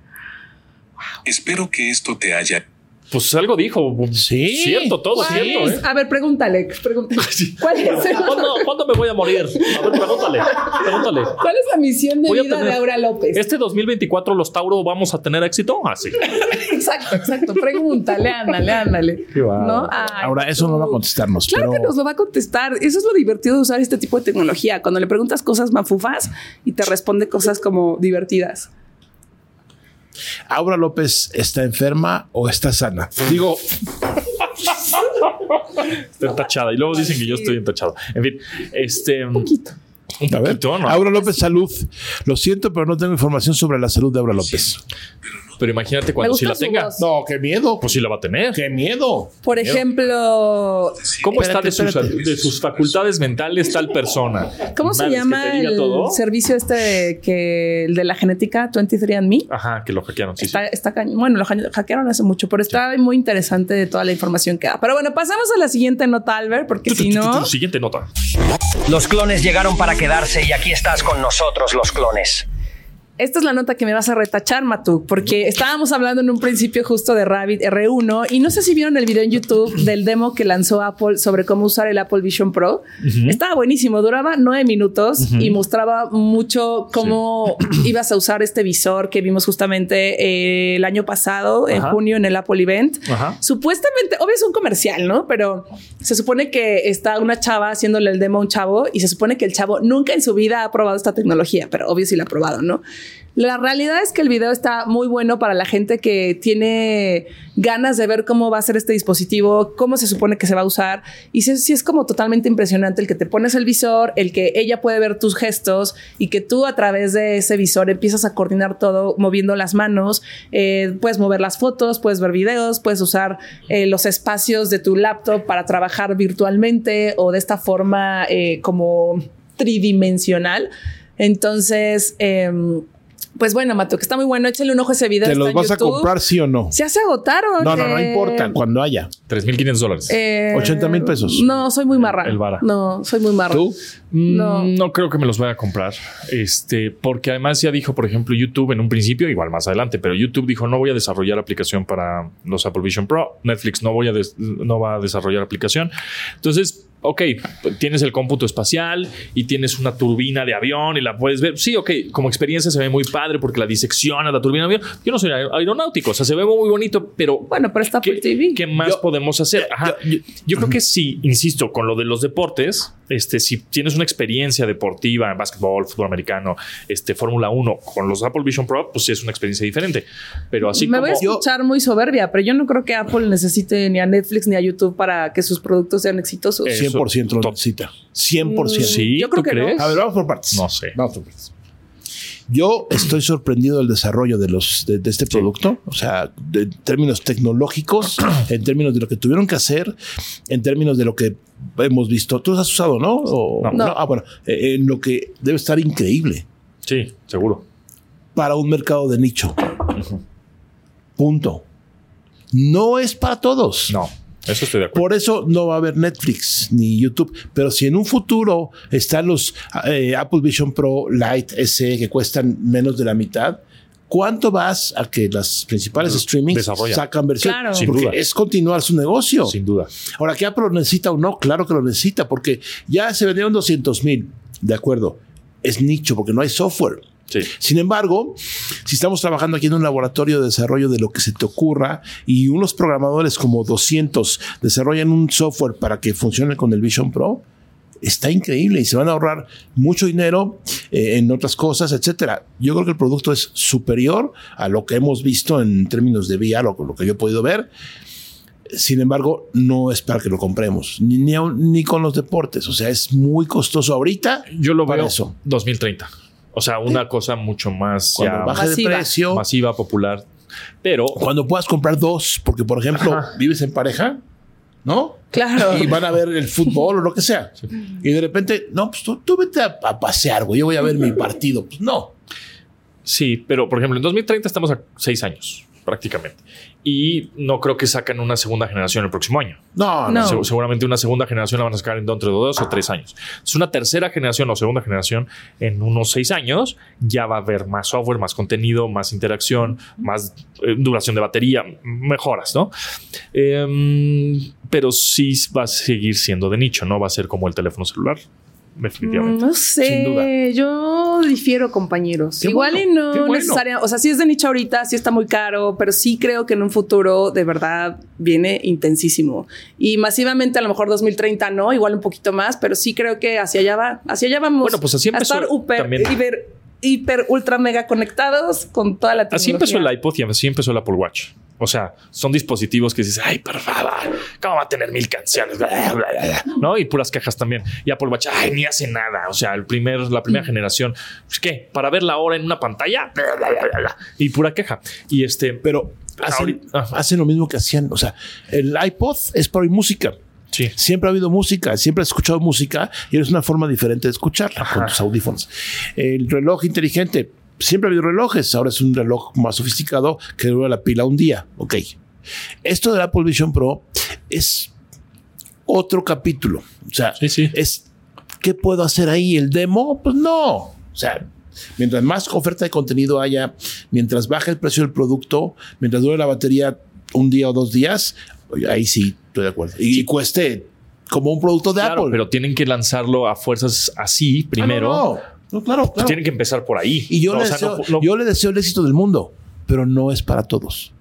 Espero que esto te haya
pues algo dijo.
Sí.
Cierto, todo
¿Cuál
cierto.
es?
¿eh?
A ver, pregúntale, pregúntale.
[laughs] Sí.
¿Cuál es el-
¿Cuándo, cuándo me voy a morir? A ver, pregúntale. Pregúntale.
¿Cuál es la misión de
Voy a
vida
tener-
de Aura López?
¿Este 2024 los Tauro vamos a tener éxito? Ah, Así.
Exacto, exacto. Pregúntale, ándale, ándale.
Qué bárbaro.
¿No? Ay,
Ahora, eso no va a
tú.
contestarnos.
Claro
pero
que nos lo va a contestar. Eso es lo divertido de usar este tipo de tecnología. Cuando le preguntas cosas mafufas y te responde cosas como divertidas.
¿Aura López está enferma o está sana? Digo,
Estoy entachada. Y luego dicen que yo estoy entachado. En fin, este. Un poquito. Un
a ver.
poquito, ¿no?
Aura López, salud. Lo siento, pero no tengo información sobre la salud de Aura López.
Pero imagínate cuando
Me
si la
gusta su
tenga.
voz.
No, qué miedo.
Pues sí la va a tener.
qué miedo.
Por ejemplo,
¿Cómo
Espérate,
está de sus,
espérate.
de sus facultades mentales tal persona?
¿cómo se
Madres, que te
llama
diga
el
todo.
servicio este de, que, el de la genética 23andMe?
Ajá, que lo hackearon. Ah, Sí, sí.
Está, está cañón. Bueno, lo ha- hackearon hace mucho, pero está muy interesante de toda la información que da. Pero bueno, pasamos a la siguiente nota, Albert, porque
Tu, tu,
si
tu, tu,
no.
tu, Siguiente nota.
Los clones llegaron para quedarse y aquí estás con nosotros, los clones.
Esta es la nota que me vas a retachar, Matu, porque estábamos hablando en un principio justo de Rabbit R1 y no sé si vieron el video en YouTube del demo que lanzó Apple sobre cómo usar el Apple Vision Pro.
Ujú.
Estaba buenísimo, duraba nueve minutos
Ujú.
y mostraba mucho cómo ibas a usar este visor que vimos justamente eh, el año pasado, en
Ajá.
junio, en el Apple Event.
Ajá.
Supuestamente, obvio es un comercial, ¿no? Pero se supone que está una chava haciéndole el demo a un chavo y se supone que el chavo nunca en su vida ha probado esta tecnología, pero obvio sí la ha probado, ¿no? La realidad es que el video está muy bueno para la gente que tiene ganas de ver cómo va a ser este dispositivo, cómo se supone que se va a usar. Y sí, sí es como totalmente impresionante el que te pones el visor, el que ella puede ver tus gestos y que tú a través de ese visor empiezas a coordinar todo moviendo las manos. eh, puedes mover las fotos, puedes ver videos, puedes usar eh, los espacios de tu laptop para trabajar virtualmente o de esta forma eh, como tridimensional. Entonces, em, pues bueno, Mato, que está muy bueno. Échale un ojo a ese video.
¿Te
está
los
en
vas a
YouTube.
comprar sí o no?
Ya se agotaron.
No, no, no
eh,
importa, cuando haya.
3.500 dólares.
eh,
80 mil pesos.
No, soy muy marra.
el vara.
No, soy muy marra.
¿Tú? Mm,
No.
No. creo que me los vaya a comprar. Este, porque además ya dijo, por ejemplo, YouTube en un principio, igual más adelante, pero YouTube dijo: no voy a desarrollar aplicación para los Apple Vision Pro. Netflix no voy a des- no va a desarrollar aplicación. Entonces, ok, tienes el cómputo espacial y tienes una turbina de avión y la puedes ver. Sí, ok, como experiencia se ve muy padre porque la disecciona la turbina de avión. Yo no soy aer- aeronáutico, o sea, se ve muy bonito, pero
Bueno, pero está por
¿Qué,
TV.
qué más
Yo-
podemos hacer? Ajá. Yo, creo que sí, insisto, con lo de los deportes, este, si tienes una experiencia deportiva en básquetbol, fútbol americano, este, Fórmula 1, con los Apple Vision Pro, pues sí es una experiencia diferente. Pero así
Me
como.
voy a escuchar muy soberbia, pero yo no creo que Apple necesite ni a Netflix ni a YouTube para que sus productos sean exitosos.
Eh,
100% lo
Eso, top.
necesita. 100%.
sí,
Yo creo
¿tú
que no.
crees?
A ver, vamos por partes.
No sé.
Vamos por partes. Yo estoy sorprendido del desarrollo de, los, de, de este producto, o sea, de- en términos
[clears throat]
tecnológicos, en términos de lo que tuvieron que hacer, en términos de lo que hemos visto. Tú los has usado, ¿no? O-
No.
Ah, bueno, eh, en lo que debe estar increíble
Sí, seguro.
para un mercado de nicho. Punto. No es para todos.
No, eso estoy de acuerdo.
Por eso no va a haber Netflix ni YouTube. Pero si en un futuro están los eh, Apple Vision Pro Lite SE que cuestan menos de la mitad, ¿cuánto vas a que las principales
Mm,
streamings
desarrolla.
sacan versión?
Claro.
Sin
Porque
duda.
es continuar su negocio.
Sin duda.
Ahora, ¿que Apple lo necesita o no? Claro que lo necesita, porque ya se vendieron 200 mil. De acuerdo. Es nicho porque no hay software.
Sí.
Sin embargo, si estamos trabajando aquí en un laboratorio de desarrollo de lo que se te ocurra y unos programadores como 200 desarrollan un software para que funcione con el Vision Pro, está increíble y se van a ahorrar mucho dinero eh, en otras cosas, etcétera. Yo creo que el producto es superior a lo que hemos visto en términos de VR o con lo que yo he podido ver. Sin embargo, no es para que lo compremos, ni, ni, aun- ni con los deportes. O sea, es muy costoso ahorita.
Yo lo
Para
veo
eso.
2030. O sea, una cosa mucho más
Cuando
ya
baje
Masiva.
de precio,
masiva, popular. Pero
cuando puedas comprar dos, porque por ejemplo,
Ajá.
vives en pareja, ¿no?
Claro.
Y van a ver el fútbol o lo que sea. Y de repente, no, pues tú, tú vete a, a pasear, güey. Yo voy a ver mi partido. Pues no.
Sí, pero por ejemplo, en 2030 estamos a seis años prácticamente. Y no creo que sacan una segunda generación el próximo año.
No,
No.
no.
Se- seguramente una segunda generación la van a sacar en dentro de dos o tres años. Es una tercera generación o segunda generación en unos seis años. Ya va a haber más software, más contenido, más interacción, más eh, duración de batería, mejoras, ¿no? Em, pero sí va a seguir siendo de nicho, no va a ser como el teléfono celular, definitivamente.
Mm, No
Sin duda.
sé, yo difiero, compañeros.
Qué
Igual y
bueno,
no
qué bueno.
necesariamente. O sea, sí es de nicho ahorita, sí está muy caro, pero sí creo que en un futuro de verdad viene intensísimo. Y masivamente, a lo mejor 2030 no, igual un poquito más, pero sí creo que hacia allá va, hacia allá vamos.
Bueno, pues así empezó
a estar hiper,
también.
hiper, hiper, ultra mega conectados con toda la
Así
tecnología.
empezó el iPod y así empezó el Apple Watch. O sea, son dispositivos que dices, ay, por favor, ¿cómo va a tener mil canciones? Bla, bla, bla, bla", ¿No? Y puras cajas también. Y Apple Watch, ay, ni hace nada. O sea, el primer, la
Mm.
primera generación, pues, ¿qué? Para ver la hora en una pantalla, Bla, bla, bla, bla, bla. y pura queja. Y este,
Pero hacen,
Ahorita- ajá.
hacen lo mismo que hacían. O sea, el iPod es para oír música.
sí,
Siempre ha habido música, siempre has escuchado música y es una forma diferente de escucharla con tus audífonos. El reloj inteligente, siempre ha habido relojes, ahora es un reloj más sofisticado que dura la pila un día. Ok. Esto del Apple Vision Pro es otro capítulo. O sea,
sí, sí.
es ¿qué puedo hacer ahí? ¿El demo? Pues no. O sea, Mientras más oferta de contenido haya, mientras baje el precio del producto, mientras dure la batería un día o dos días, ahí sí estoy de acuerdo. Y, y cueste como un producto de
Claro,
Apple.
pero tienen que lanzarlo a fuerzas así
Ah, no,
primero.
no. No, claro,
Pues
claro.
Tienen que empezar por ahí.
Y yo,
No,
le
o sea,
deseo,
no- no-
yo le deseo el éxito del mundo, pero no es para todos.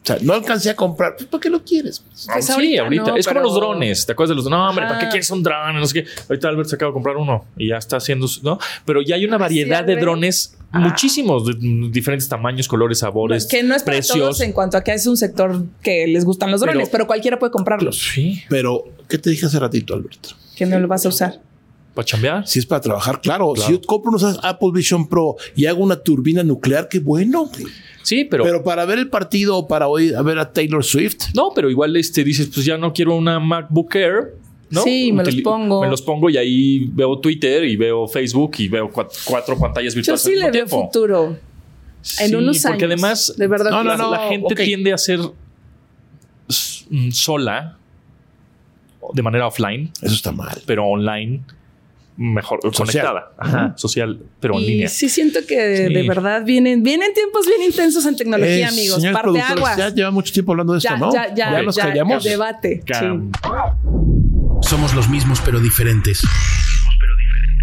O sea, no alcancé a comprar. Pues, ¿Para qué lo quieres? Pues,
Pues
sí,
ahorita
ahorita.
no,
es como
pero-
los drones. ¿Te acuerdas de los drones? No, hombre, ¿para
Ajá.
qué quieres un drone? No sé qué. Ahorita Albert se acaba de comprar uno y ya está haciendo, su- ¿no? Pero ya hay una variedad de
Albert. Ah.
drones, muchísimos, de mm, diferentes tamaños, colores, sabores,
que no es para todos
precios.
en cuanto a que es un sector que les gustan los
Pero-
drones, pero, cualquiera puede comprarlos.
Sí,
Pero, ¿qué te dije hace ratito, Alberto?
Que no lo vas a usar.
para chambear.
Si es para trabajar, claro.
Claro.
Si yo compro unos Apple Vision Pro y hago una turbina nuclear, qué bueno.
Sí,
Pero, para ver el partido o para hoy a ver a Taylor Swift,
No, pero igual este dices, pues ya no quiero una MacBook Air. ¿no?
Sí, me los pongo.
Me los pongo y ahí veo Twitter y veo Facebook y veo cuat- cuatro, pantallas
Yo
virtuales.
sí
al mismo
le veo
tiempo.
futuro. En
Sí,
unos años.
Porque además,
De verdad.
No,
que
no,
la,
sí.
no.
la gente
ok.
tiende a ser s- mm, sola de manera offline,
eso está mal.
pero online mejor conectada, Ajá, social, pero en
Y
línea.
sí siento que de,
Sí.
de verdad vienen, vienen tiempos bien intensos en tecnología,
Eh,
amigos.
señores
Parte
productores,
aguas.
Ya lleva mucho tiempo hablando de esto,
ya,
¿no?
ya, ya,
nos
ya,
callamos.
el debate.
Cam-
Somos los mismos pero diferentes.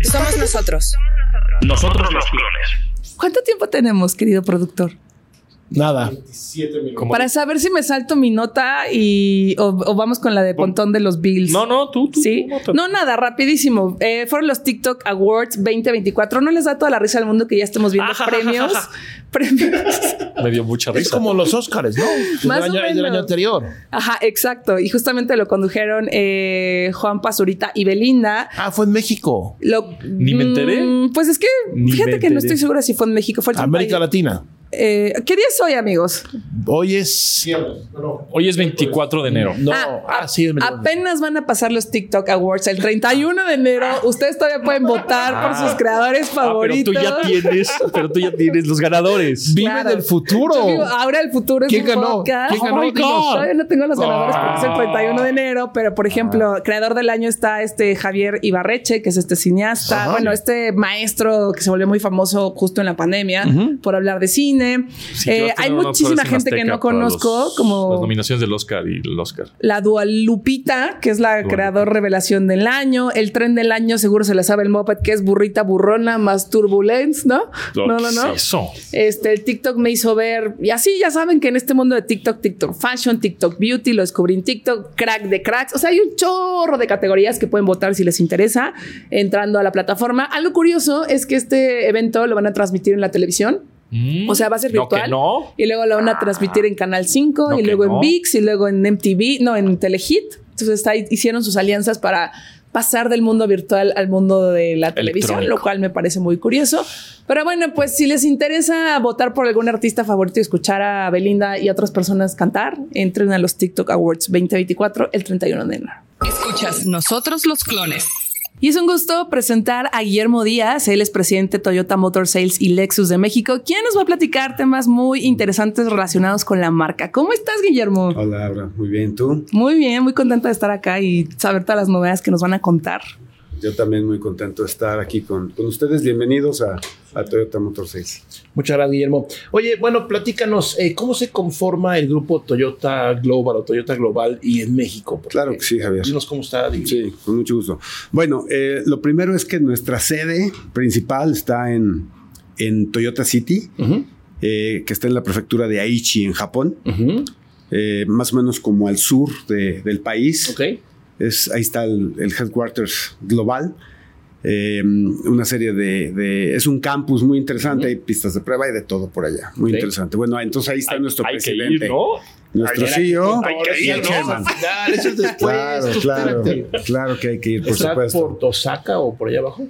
Somos nosotros.
Nosotros los clones.
Sí. ¿Cuánto tiempo tenemos, querido productor?
Nada.
como-
Para saber si me salto mi nota y o, o vamos con la de Pontón de los Bills.
No, no, tú, tú.
Sí.
tú,
No, nada, rapidísimo. Eh, fueron los TikTok Awards 2024. No les da toda la risa al mundo que ya estemos viendo premios. [laughs] premios.
Me dio mucha
Es
risa.
como los Oscars, ¿no? Del
[laughs] Más o
año- del
menos.
año anterior.
Ajá, exacto. Y justamente lo condujeron eh, Juan Pazurita y Belinda.
Ah, fue en México.
Lo-
Ni me enteré.
Mm, Pues es que
Ni me
fíjate que no
enteré.
estoy segura si fue en México. Fue en otro
América
país.
Latina.
Eh, ¿Qué día es hoy, amigos?
Hoy es.
Hoy es 24 de enero.
No,
Ah,
ah, sí, es México.
Apenas van a pasar los TikTok Awards el 31 de enero. Ustedes todavía pueden votar por sus creadores
Ah, pero
favoritos.
tú ya tienes, pero tú ya tienes los ganadores.
Vive
Claro.
del futuro.
Yo digo, ahora el futuro es
¿Quién
un
ganó?
podcast.
¿Quién ganó?
my
Dinos.
God. Todavía no tengo los ganadores porque es el
Ah.
31 de enero, pero por ejemplo, creador del año está este Javier Ibarreche, que es este cineasta,
Ajá.
bueno, este maestro que se volvió muy famoso justo en la pandemia por hablar de cine.
Sí,
Eh,
que vas a
hay
tener una
muchísima
observación
gente que
azteca
no
para
conozco,
los- las
como
nominaciones del Oscar y el Oscar.
la Dualupita, que es la
Dualupita.
creador revelación del año, el tren del año, seguro se la sabe el Moped, que es burrita burrona más turbulence, ¿no?
Lo
no,
que
no,
es
no.
Eso.
Este, el TikTok me hizo ver, y así ya saben que en este mundo de TikTok, TikTok Fashion, TikTok Beauty, lo descubrí en TikTok, crack de cracks, o sea, hay un chorro de categorías que pueden votar si les interesa entrando a la plataforma. Algo curioso es que este evento lo van a transmitir en la televisión.
Mm.
O sea, va a ser
No, que
virtual.
No,
Y luego lo van a transmitir en Canal 5
No,
y
que
luego
no.
en VIX y luego en MTV, no, en Telehit. Entonces ahí hicieron sus alianzas para pasar del mundo virtual al mundo de la televisión,
Electrónico.
lo cual me parece muy curioso. Pero bueno, pues si les interesa votar por algún artista favorito y escuchar a Belinda y a otras personas cantar, entren a los TikTok Awards 2024 el 31 de enero.
Escuchas Nosotros los clones.
Y es un gusto presentar a Guillermo Díaz, él es presidente de Toyota Motor Sales y Lexus de México, quien nos va a platicar temas muy interesantes relacionados con la marca. ¿Cómo estás, Guillermo?
Hola, Aura. Muy bien, ¿tú?
Muy bien, muy contenta de estar acá y saber todas las novedades que nos van a contar.
Yo también muy contento de estar aquí con, con ustedes. Bienvenidos a, a Toyota Motor 6.
Muchas gracias, Guillermo. Oye, bueno, platícanos, eh, ¿cómo se conforma el grupo Toyota Global o Toyota Global y en México? Porque-
Claro que sí, Javier.
Dinos cómo está. y-
Sí, con mucho gusto. Bueno, eh, lo primero es que nuestra sede principal está en, en Toyota City,
Ujú,
eh, que está en la prefectura de Aichi, en Japón,
ujú,
eh, más o menos como al sur de- del país.
Ok.
Es, ahí está el, el headquarters global. Eh, una serie de, de- Es un campus muy interesante. Hay pistas de prueba y de todo por allá. Muy
Ok.
interesante. Bueno, entonces ahí está
hay,
nuestro
hay
presidente.
que ir, ¿no?
Nuestro
Ay, era-
CEO.
Ahora
Hay que
sí,
ir,
el
¿no?
chairman. Claro, eso es después,
Claro,
tú
claro.
Pues, espérate.
Claro que hay que ir, por
¿Está
supuesto.
por Osaka o por allá abajo?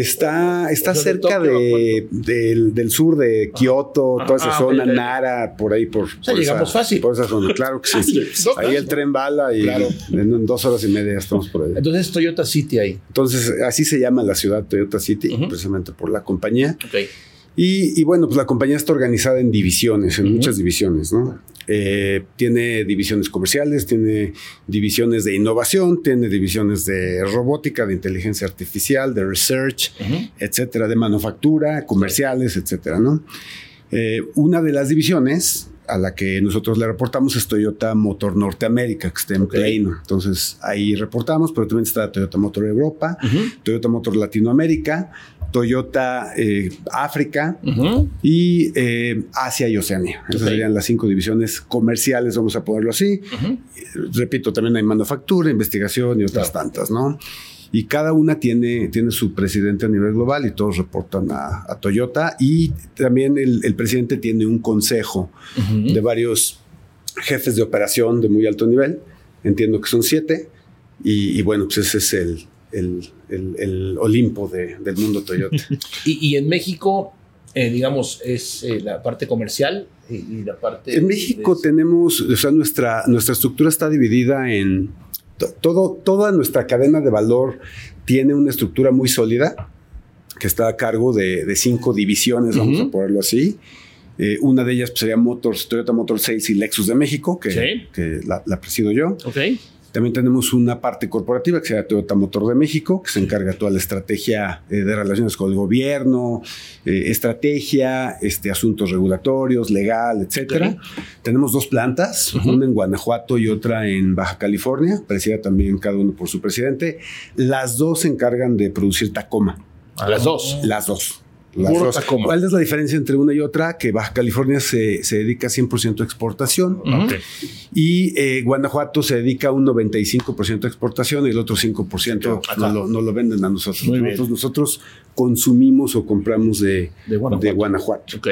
Está, está
O sea, de
cerca
Tokio, Pues,
de- del, del sur de Kioto,
Ajá.
toda esa
Ah,
zona,
ok, ok.
Nara, por ahí, por, por
llegamos
esa,
fácil.
por esa zona. Claro
[laughs]
que sí. ahí el tren bala y
Claro.
en, en dos horas y media estamos por ahí.
Entonces, Toyota City ahí.
Entonces, así se llama la ciudad Toyota City,
Ujú.
precisamente por la compañía.
Ok.
Y, y bueno, pues la compañía está organizada en divisiones, en muchas divisiones, ¿no? Eh, tiene divisiones comerciales, tiene divisiones de innovación, tiene divisiones de robótica, de inteligencia artificial, de research, etcétera, de manufactura, comerciales, etcétera, ¿no? Eh, una de las divisiones a la que nosotros le reportamos es Toyota Motor Norteamérica, que está en Plano. Entonces ahí reportamos, pero también está Toyota Motor Europa, Toyota Motor Latinoamérica, Toyota eh, África y eh, Asia y Oceanía. Esas serían las cinco divisiones comerciales, vamos a ponerlo así. Eh, Repito, también hay manufactura, investigación y otras tantas, ¿no? Y cada una tiene, tiene su presidente a nivel global y todos reportan a, a Toyota. Y también el, el presidente tiene un consejo de varios jefes de operación de muy alto nivel. Entiendo que son siete. Y, y bueno, pues ese es el, el, el- el Olimpo de- del mundo Toyota.
[laughs] Y, y en México, eh, digamos, es eh, la parte comercial y, y la parte.
en México
de-
tenemos, o sea, nuestra, nuestra estructura está dividida en to- todo, toda nuestra cadena de valor tiene una estructura muy sólida que está a cargo de, de cinco divisiones, vamos
Ujú.
a ponerlo así. Eh, una de ellas pues, sería Motors, Toyota Motor 6 y Lexus de México, que,
Sí.
que la, la presido yo.
Ok.
También tenemos una parte corporativa que se llama Toyota Motor de México, que se encarga de toda la estrategia eh, de relaciones con el gobierno, eh, estrategia, este, asuntos regulatorios, legal, etcétera. Tenemos dos plantas, una en Guanajuato y otra en Baja California, presidida también cada uno por su presidente. Las dos se encargan de producir Tacoma.
A las dos.
Las dos. Las
Puro
dos.
Tacoma.
¿Cuál es la diferencia entre una y otra? Que Baja California se, se dedica 100% a exportación.
Ujú.
Y eh, Guanajuato se dedica a un 95% a exportación y el otro 5%
Acá.
no lo, no lo venden a nosotros.
Muy bien.
nosotros, nosotros consumimos o compramos de,
De Guanajuato.
de Guanajuato.
Ok.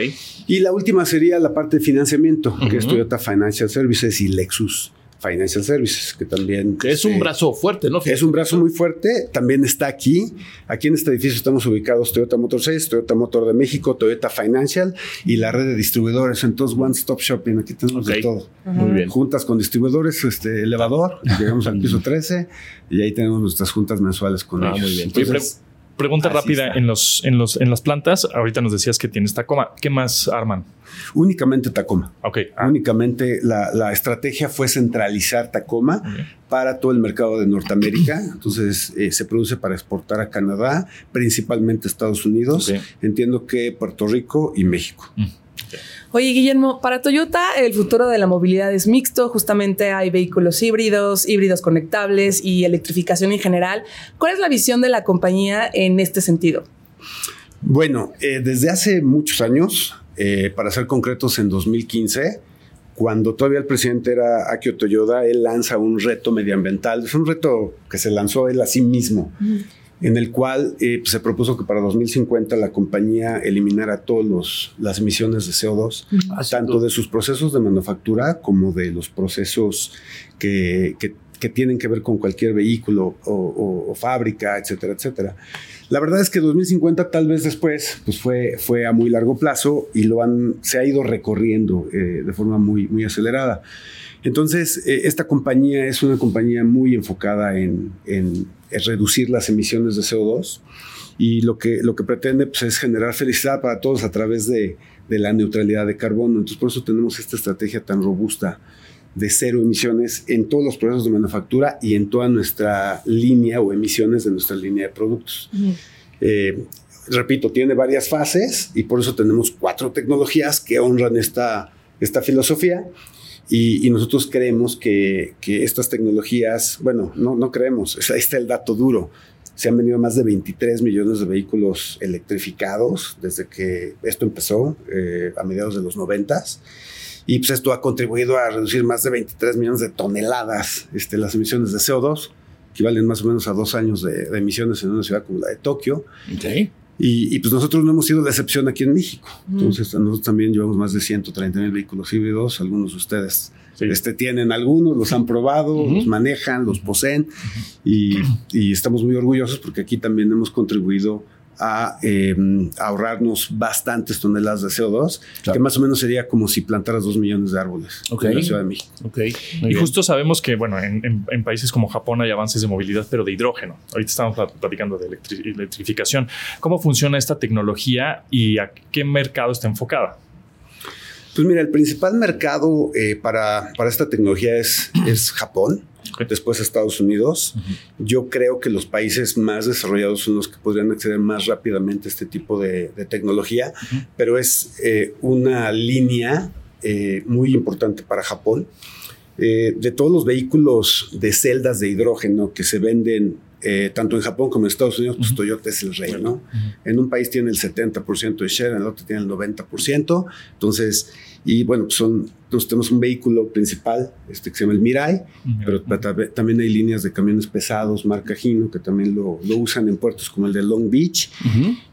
Y la última sería la parte de financiamiento, que es
Ujú.
Toyota Financial Services y Lexus Financial Services, que también...
Que es un
eh,
brazo fuerte, ¿no?
es un brazo muy fuerte, también está aquí. Aquí en este edificio estamos ubicados Toyota Motor 6, Toyota Motor de México, Toyota Financial y la red de distribuidores. Entonces, One Stop Shopping, aquí tenemos
Ok.
de todo.
Muy bien.
Juntas con distribuidores, este elevador, llegamos al piso 13 y ahí tenemos nuestras juntas mensuales con
Ah,
ellos.
muy bien.
Oye, pre-
Entonces,
pregunta
así
rápida
está.
en los, en los, en las plantas. Ahorita nos decías que tienes Tacoma. ¿Qué más arman?
únicamente Tacoma.
Ok.
Únicamente la, la estrategia fue centralizar Tacoma para todo el mercado de Norteamérica. Entonces eh, se produce para exportar a Canadá, principalmente Estados Unidos.
Ok.
Entiendo que Puerto Rico y México.
Oye, Guillermo, para Toyota el futuro de la movilidad es mixto, justamente hay vehículos híbridos, híbridos conectables y electrificación en general. ¿Cuál es la visión de la compañía en este sentido?
Bueno, eh, desde hace muchos años, eh, para ser concretos, en 2015, cuando todavía el presidente era Akio Toyoda, él lanza un reto medioambiental. Es un reto que se lanzó él a sí mismo, en el cual eh, se propuso que para 2050 la compañía eliminara todas las emisiones de CO2, tanto de sus procesos de manufactura como de los procesos que, que- que tienen que ver con cualquier vehículo o- o- o fábrica, etcétera, etcétera. La verdad es que 2050 tal vez después pues fue, fue a muy largo plazo y lo han, se ha ido recorriendo eh, de forma muy, muy acelerada. Entonces, eh, esta compañía es una compañía muy enfocada en, en, eh, reducir las emisiones de CO2 y lo que, lo que pretende pues, es generar felicidad para todos a través de, de la neutralidad de carbono. Entonces, por eso tenemos esta estrategia tan robusta de cero emisiones en todos los procesos de manufactura y en toda nuestra línea o emisiones de nuestra línea de productos. Eh, repito, tiene varias fases y por eso tenemos cuatro tecnologías que honran esta, esta filosofía. Y, y nosotros creemos que, que estas tecnologías, bueno, no, no creemos, es- ahí está el dato duro. Se han vendido más de 23 millones de vehículos electrificados desde que esto empezó eh, a mediados de los 90 y pues esto ha contribuido a reducir más de 23 millones de toneladas este, las emisiones de CO2, que valen más o menos a dos años de, de emisiones en una ciudad como la de Tokio.
Ok.
Y, y, pues nosotros no hemos sido la excepción aquí en México. Entonces, nosotros también llevamos más de 130 mil vehículos híbridos. Algunos de ustedes
Sí.
este, tienen algunos, los han probado, los manejan, los poseen. y, y estamos muy orgullosos porque aquí también hemos contribuido a eh, ahorrarnos bastantes toneladas de CO2, claro. que más o menos sería como si plantaras dos millones de árboles okay. en la Ciudad de México.
Okay. Y bien. justo sabemos que, bueno, en, en, en, países como Japón hay avances de movilidad, pero de hidrógeno. Ahorita estamos platicando de electri electrificación. ¿Cómo funciona esta tecnología y a qué mercado está enfocada?
Pues mira, el principal mercado eh, para, para, esta tecnología es, es Japón, okay. después Estados Unidos. Uh -huh. Yo creo que los países más desarrollados son los que podrían acceder más rápidamente a este tipo de, de tecnología, uh -huh. pero es eh, una línea eh, muy importante para Japón. Eh, de todos los vehículos de celdas de hidrógeno que se venden eh, tanto en Japón como en Estados Unidos, pues uh -huh. Toyota es el rey, ¿no? Uh -huh. En un país tiene el 70% de share, en el otro tiene el 90%. Entonces, y bueno, pues son, entonces tenemos un vehículo principal, este que se llama el Mirai, uh -huh. pero también hay líneas de camiones pesados, marca Hino, que también lo, lo usan en puertos como el de Long Beach.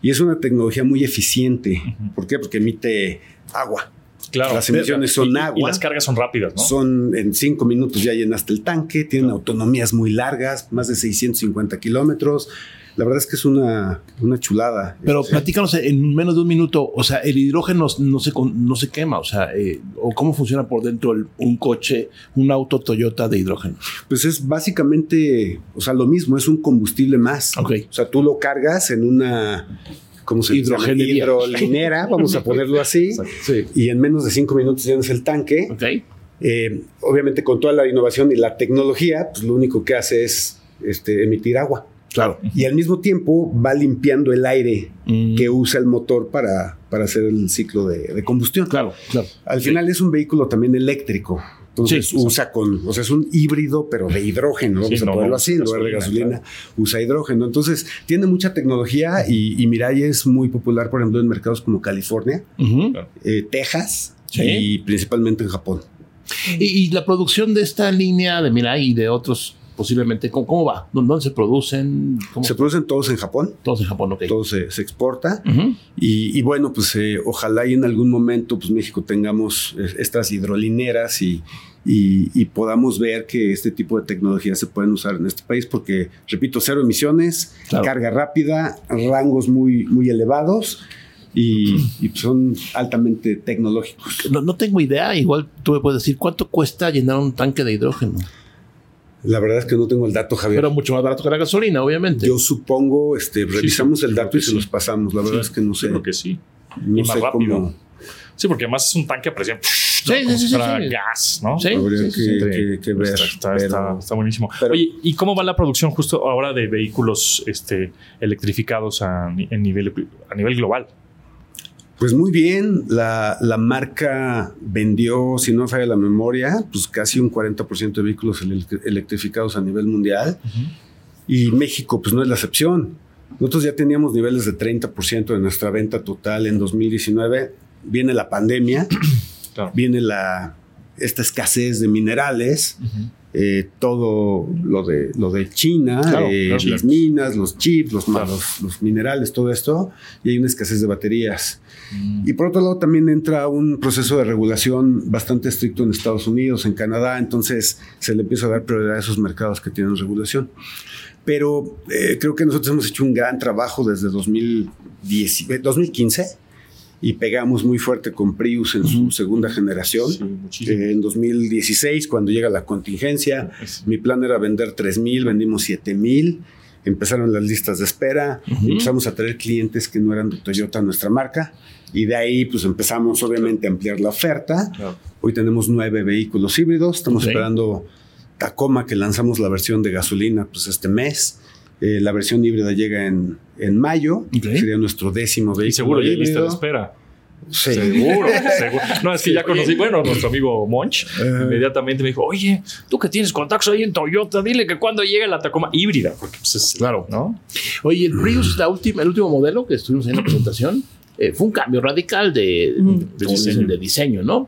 Y es una tecnología muy eficiente. ¿Por qué? Porque emite agua.
Claro,
las emisiones son
y,
agua.
Y las cargas son rápidas, ¿no?
Son en cinco minutos ya llenaste el tanque, tienen claro. autonomías muy largas, más de 650 kilómetros. La verdad es que es una, una chulada.
Pero este. platícanos en menos de un minuto, o sea, el hidrógeno no se, no se quema, o sea, eh, o cómo funciona por dentro el, un coche, un auto Toyota de hidrógeno.
Pues es básicamente, o sea, lo mismo, es un combustible más.
Okay.
O sea, tú lo cargas en una como se
hidrogenería.
hidrolinera, vamos a ponerlo
[laughs]
así.
Sí.
Y en menos de cinco minutos llenas el tanque.
Okay.
Eh, obviamente, con toda la innovación y la tecnología, pues lo único que hace es este, emitir agua.
Claro.
Y al mismo tiempo va limpiando el aire mm. que usa el motor para, para hacer el ciclo de, de combustión.
Claro, claro.
Al final sí. es un vehículo también eléctrico. Entonces sí, usa con, o sea, es un híbrido, pero de hidrógeno, vamos sí, a no, ponerlo así, en lugar de gasolina, claro. usa hidrógeno. Entonces, tiene mucha tecnología y, y, Mirai es muy popular, por ejemplo, en mercados como California,
uh -huh.
eh, Texas ¿Sí? y principalmente en Japón.
Y, y, la producción de esta línea de Mirai y de otros posiblemente, ¿cómo, cómo va? ¿Dónde se producen? Cómo?
Se producen todos en Japón.
Todos en Japón, ok.
Todo se, se exporta. Uh -huh. y, y, bueno, pues eh, ojalá y en algún momento pues México tengamos eh, estas hidrolineras y, y, y, podamos ver que este tipo de tecnologías se pueden usar en este país porque, repito, cero emisiones, claro. carga rápida, rangos muy, muy elevados. Y, y, son altamente tecnológicos.
No, no tengo idea, igual tú me puedes decir cuánto cuesta llenar un tanque de hidrógeno.
La verdad es que no tengo el dato, Javier.
Pero mucho más barato que la gasolina, obviamente.
Yo supongo, este, revisamos sí, sí, el dato y se sí. los pasamos. La verdad es que no sé.
Creo que sí.
No
y más
sé
rápido. Cómo... Sí, porque además es un tanque a presión.
Sí, ¿no? sí, sí,
gas, ¿no?
Sí,
Habría que, que, que, ver.
Está, está, pero, está, está buenísimo. Pero, Oye, ¿y cómo va la producción justo ahora de vehículos este, electrificados a, a nivel, a nivel global?
Pues muy bien, la, la, marca vendió, si no falla la memoria, pues casi un 40% de vehículos electrificados a nivel mundial. Uh -huh. Y México, pues no es la excepción. Nosotros ya teníamos niveles de 30% de nuestra venta total en 2019. Viene la pandemia, [coughs] claro. viene la, esta escasez de minerales, uh -huh. eh, todo lo de, lo de China, claro, eh, claro, las minas, los chips, los, los, los, minerales, todo esto, y hay una escasez de baterías. Mm. Y por otro lado también entra un proceso de regulación bastante estricto en Estados Unidos, en Canadá, entonces se le empieza a dar prioridad a esos mercados que tienen regulación. Pero eh, creo que nosotros hemos hecho un gran trabajo desde 2010, 2015 y pegamos muy fuerte con Prius en su segunda generación.
Sí,
eh, en 2016, cuando llega la contingencia,
Ah, pues
sí. mi plan era vender 3.000, vendimos 7.000. Empezaron las listas de espera, uh -huh. empezamos a traer clientes que no eran de Toyota, nuestra marca, y de ahí pues empezamos obviamente a ampliar la oferta. Claro. Hoy tenemos nueve vehículos híbridos, estamos okay. esperando Tacoma, que lanzamos la versión de gasolina pues este mes. Eh, la versión híbrida llega en, en mayo. Okay. Sería nuestro décimo vehículo. Y
seguro ya lista de
[laughs]
espera. Sí. Seguro, seguro. No, es que sí, ya conocí, oye. bueno, nuestro amigo Monch
Eh,
uh, inmediatamente me dijo, oye, tú que tienes contactos ahí en Toyota, dile que cuando llegue la Tacoma híbrida, porque pues es,
claro, ¿no? Oye, el Prius, la última, el último modelo que estuvimos en la presentación, eh, fue un cambio radical de, mm. de, diseño. de, diseño. ¿no?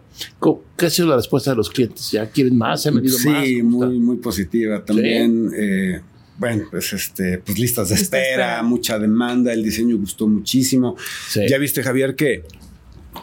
¿Qué ha sido la respuesta de los clientes? ¿Ya quieren más? ¿Se han venido
sí,
más?
Sí, muy, muy positiva. También... Eh, bueno, pues este, pues listas de Lista espera, espera, mucha demanda, el diseño gustó muchísimo. Sí. Ya viste, Javier, que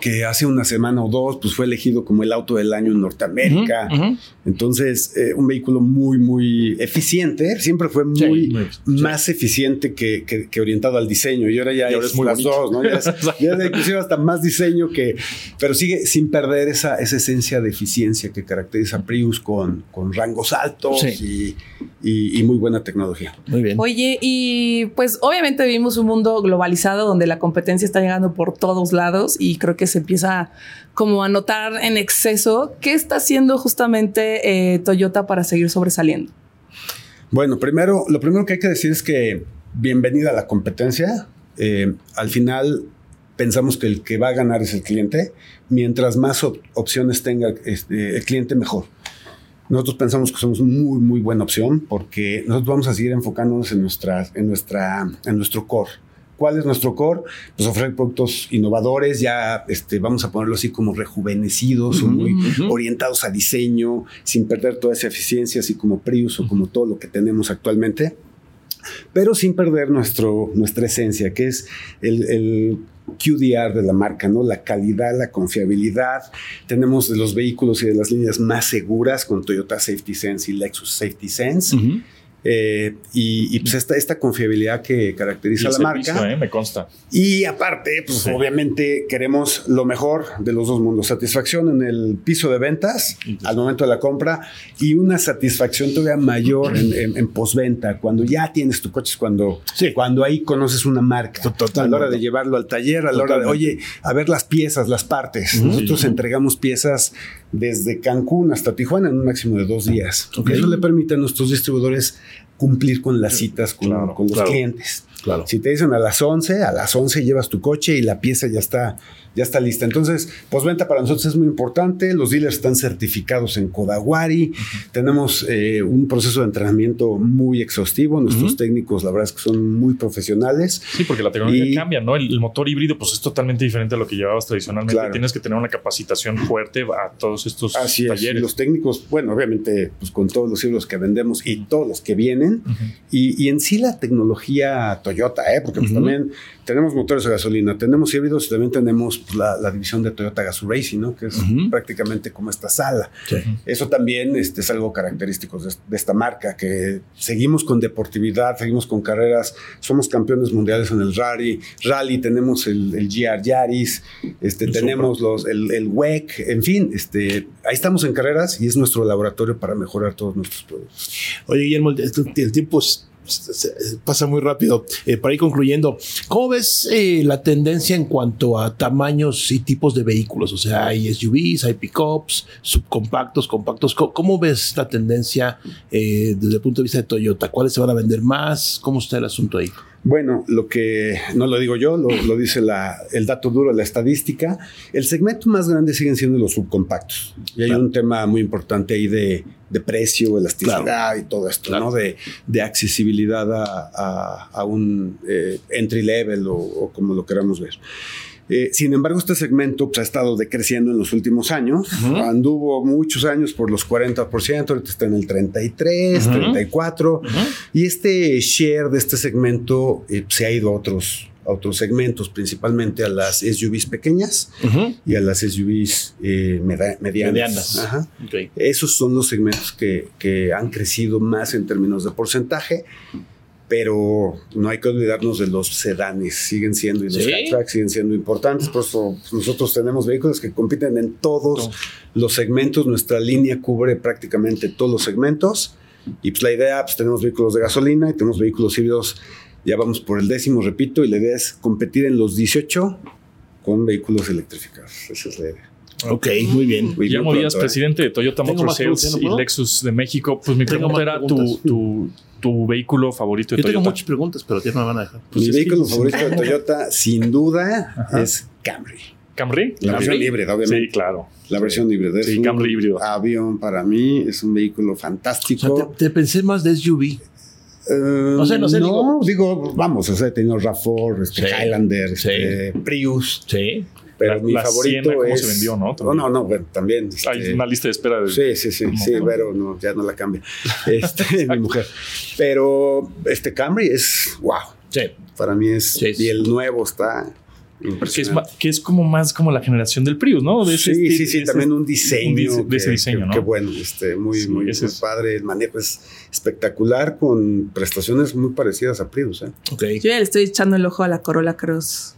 que hace una semana o dos pues fue elegido como el auto del año en Norteamérica.
Ujú, ujú.
Entonces, eh, un vehículo muy, muy eficiente. Siempre fue
Sí,
muy
muy,
más eficiente que, que- que orientado al diseño. Y ahora ya
Y ahora
es
es muy
las
bonito.
dos, ¿no?
[laughs]
Ya es, ya es inclusive hasta más diseño que... Pero sigue sin perder esa, esa esencia de eficiencia que caracteriza a Prius con, con rangos altos y, y- y muy buena tecnología.
Muy bien.
Oye, y pues obviamente vivimos un mundo globalizado donde la competencia está llegando por todos lados y creo que se empieza como a notar en exceso qué está haciendo justamente eh, Toyota para seguir sobresaliendo.
Bueno, primero, lo primero que hay que decir es que bienvenida a la competencia. Eh, al final pensamos que el que va a ganar es el cliente. Mientras más op- opciones tenga este, el cliente, mejor. Nosotros pensamos que somos muy, muy buena opción porque nosotros vamos a seguir enfocándonos en, nuestra, en, nuestra, en nuestro core. ¿Cuál es nuestro core? Pues ofrecer productos innovadores, ya este, vamos a ponerlo así como rejuvenecidos o muy orientados a diseño, sin perder toda esa eficiencia, así como Prius o como todo lo que tenemos actualmente pero sin perder nuestro, nuestra esencia, que es el, el QDR de la marca, ¿no? La calidad, la confiabilidad. Tenemos de los vehículos y de las líneas más seguras con Toyota Safety Sense y Lexus Safety Sense. Eh, y, y, pues esta, esta confiabilidad que caracteriza
Y
a
el
la
servicio,
marca.
eh, me consta.
Y aparte, pues
Sí.
obviamente queremos lo mejor de los dos mundos. Satisfacción en el piso de ventas al momento de la compra y una satisfacción todavía mayor en, en- en postventa, cuando ya tienes tu coche, es cuando, cuando ahí conoces una marca. A la hora de llevarlo al taller, a la hora de, oye, a ver las piezas, las partes.
Ujú.
Nosotros
Sí.
entregamos piezas desde Cancún hasta Tijuana en un máximo de dos días. Eso le permite a nuestros distribuidores cumplir con las citas con, con los
claro.
clientes. Si te dicen a las 11, a las 11 llevas tu coche y la pieza ya está, ya está lista. Entonces, postventa para nosotros es muy importante. Los dealers están certificados en Kodawari. Tenemos eh, un proceso de entrenamiento muy exhaustivo. Nuestros técnicos, la verdad es que son muy profesionales.
Sí, porque la tecnología
Y-
cambia, ¿no? El, el motor híbrido pues es totalmente diferente a lo que llevabas tradicionalmente.
Claro.
Tienes que tener una capacitación fuerte a todos estos
Así es.
talleres.
Los técnicos, bueno, obviamente, pues con todos los libros que vendemos y todos los que vienen, y, y en sí la tecnología Toyota, ¿eh? porque pues,
Ujú.
también tenemos motores de gasolina, tenemos híbridos y también tenemos pues, la, la división de Toyota Gazoo Racing, ¿no? que es prácticamente como esta sala. Eso también este, es algo característico de, de esta marca, que seguimos con deportividad, seguimos con carreras, somos campeones mundiales en el rally, rally tenemos el, el GR Yaris, este,
El
tenemos los, el, el WEC, en fin, este, ahí estamos en carreras y es nuestro laboratorio para mejorar todos nuestros productos.
Oye, Guillermo, el, el- el tiempo es- se- se- pasa muy rápido. Eh, para ir concluyendo, ¿cómo ves eh, la tendencia en cuanto a tamaños y tipos de vehículos? O sea, hay SUVs, hay pickups, subcompactos, compactos. Co- ¿Cómo, ves la tendencia eh, desde el punto de vista de Toyota? ¿Cuáles se van a vender más? ¿Cómo está el asunto ahí?
Bueno, lo que no lo digo yo, lo, lo dice la- el dato duro, la estadística. El segmento más grande siguen siendo los subcompactos. Y hay un tema muy importante ahí de, de precio, elasticidad y todo esto, ¿no? De, de accesibilidad a, a- a un eh, entry level o, o como lo queramos ver. Eh, sin embargo, este segmento pues, ha estado decreciendo en los últimos años. Anduvo muchos años por los 40%, ahorita está en el 33,
Ujú.
34. Y este share de este segmento eh, se ha ido a otros, a otros segmentos, principalmente a las SUVs pequeñas y a las SUVs eh, meda- medianas.
Medianas.
Ajá.
Ok.
Esos son los segmentos que, que han crecido más en términos de porcentaje, pero no hay que olvidarnos de los sedanes, siguen siendo, y los
Sí.
hatchbacks siguen siendo importantes. Por eso nosotros tenemos vehículos que compiten en todos los segmentos. Nuestra línea cubre prácticamente todos los segmentos. Y pues la idea, pues tenemos vehículos de gasolina y tenemos vehículos híbridos. Ya vamos por el décimo, repito, y la idea es competir en los 18 con vehículos electrificados. Esa es la idea.
Ok, muy bien.
Muy
Guillermo
pronto,
Díaz,
¿eh?
presidente de Toyota
Tengo
Motor
más preguntas,
Sales
¿no
y
puedo?
Lexus de México. Pues mi
Tengo
pregunta
más
era tu,
preguntas.
tu, tu vehículo favorito de
Yo tengo
Toyota.
muchas preguntas, pero ya no me van a dejar. Pues
Mi
Pues es
vehículo
que-
favorito de Toyota, sin duda, es Camry.
¿Camry?
La versión
Camry.
híbrida, obviamente.
Sí, claro.
La versión híbrida. Es
Sí,
un
Camry híbrido.
avión para mí, es un vehículo
O sea,
fantástico.
te, te pensé más de SUV.
Eh,
No sé, no sé, digo-
digo, vamos, o sea, he tenido RAV4, este,
Sí.
Highlander,
Eh,
este, Prius.
Sí.
Pero
La-
mi
la
favorito
Siena, ¿cómo
es...
se vendió, no?
No,
También.
no, no, bueno, también.
Hay
este,
una lista de espera de
Sí, sí, sí, sí,
montón.
pero no, ya no la cambia. [laughs] Este, mi mujer. Pero este Camry es wow.
Sí.
Para mí es.
Sí, sí.
Y el nuevo está
Que es, ma- que es como más como la generación del Prius, ¿no? De ese
sí,
esti-
sí, sí,
ese-
también un diseño.
un dice- de ese
que-
diseño,
que-
¿no?
que bueno, este, muy,
Sí,
muy,
ese
muy
es-
padre. El manejo es espectacular con prestaciones muy parecidas a Prius. ¿eh?
Yo ya le estoy echando el ojo a la Corolla Cross.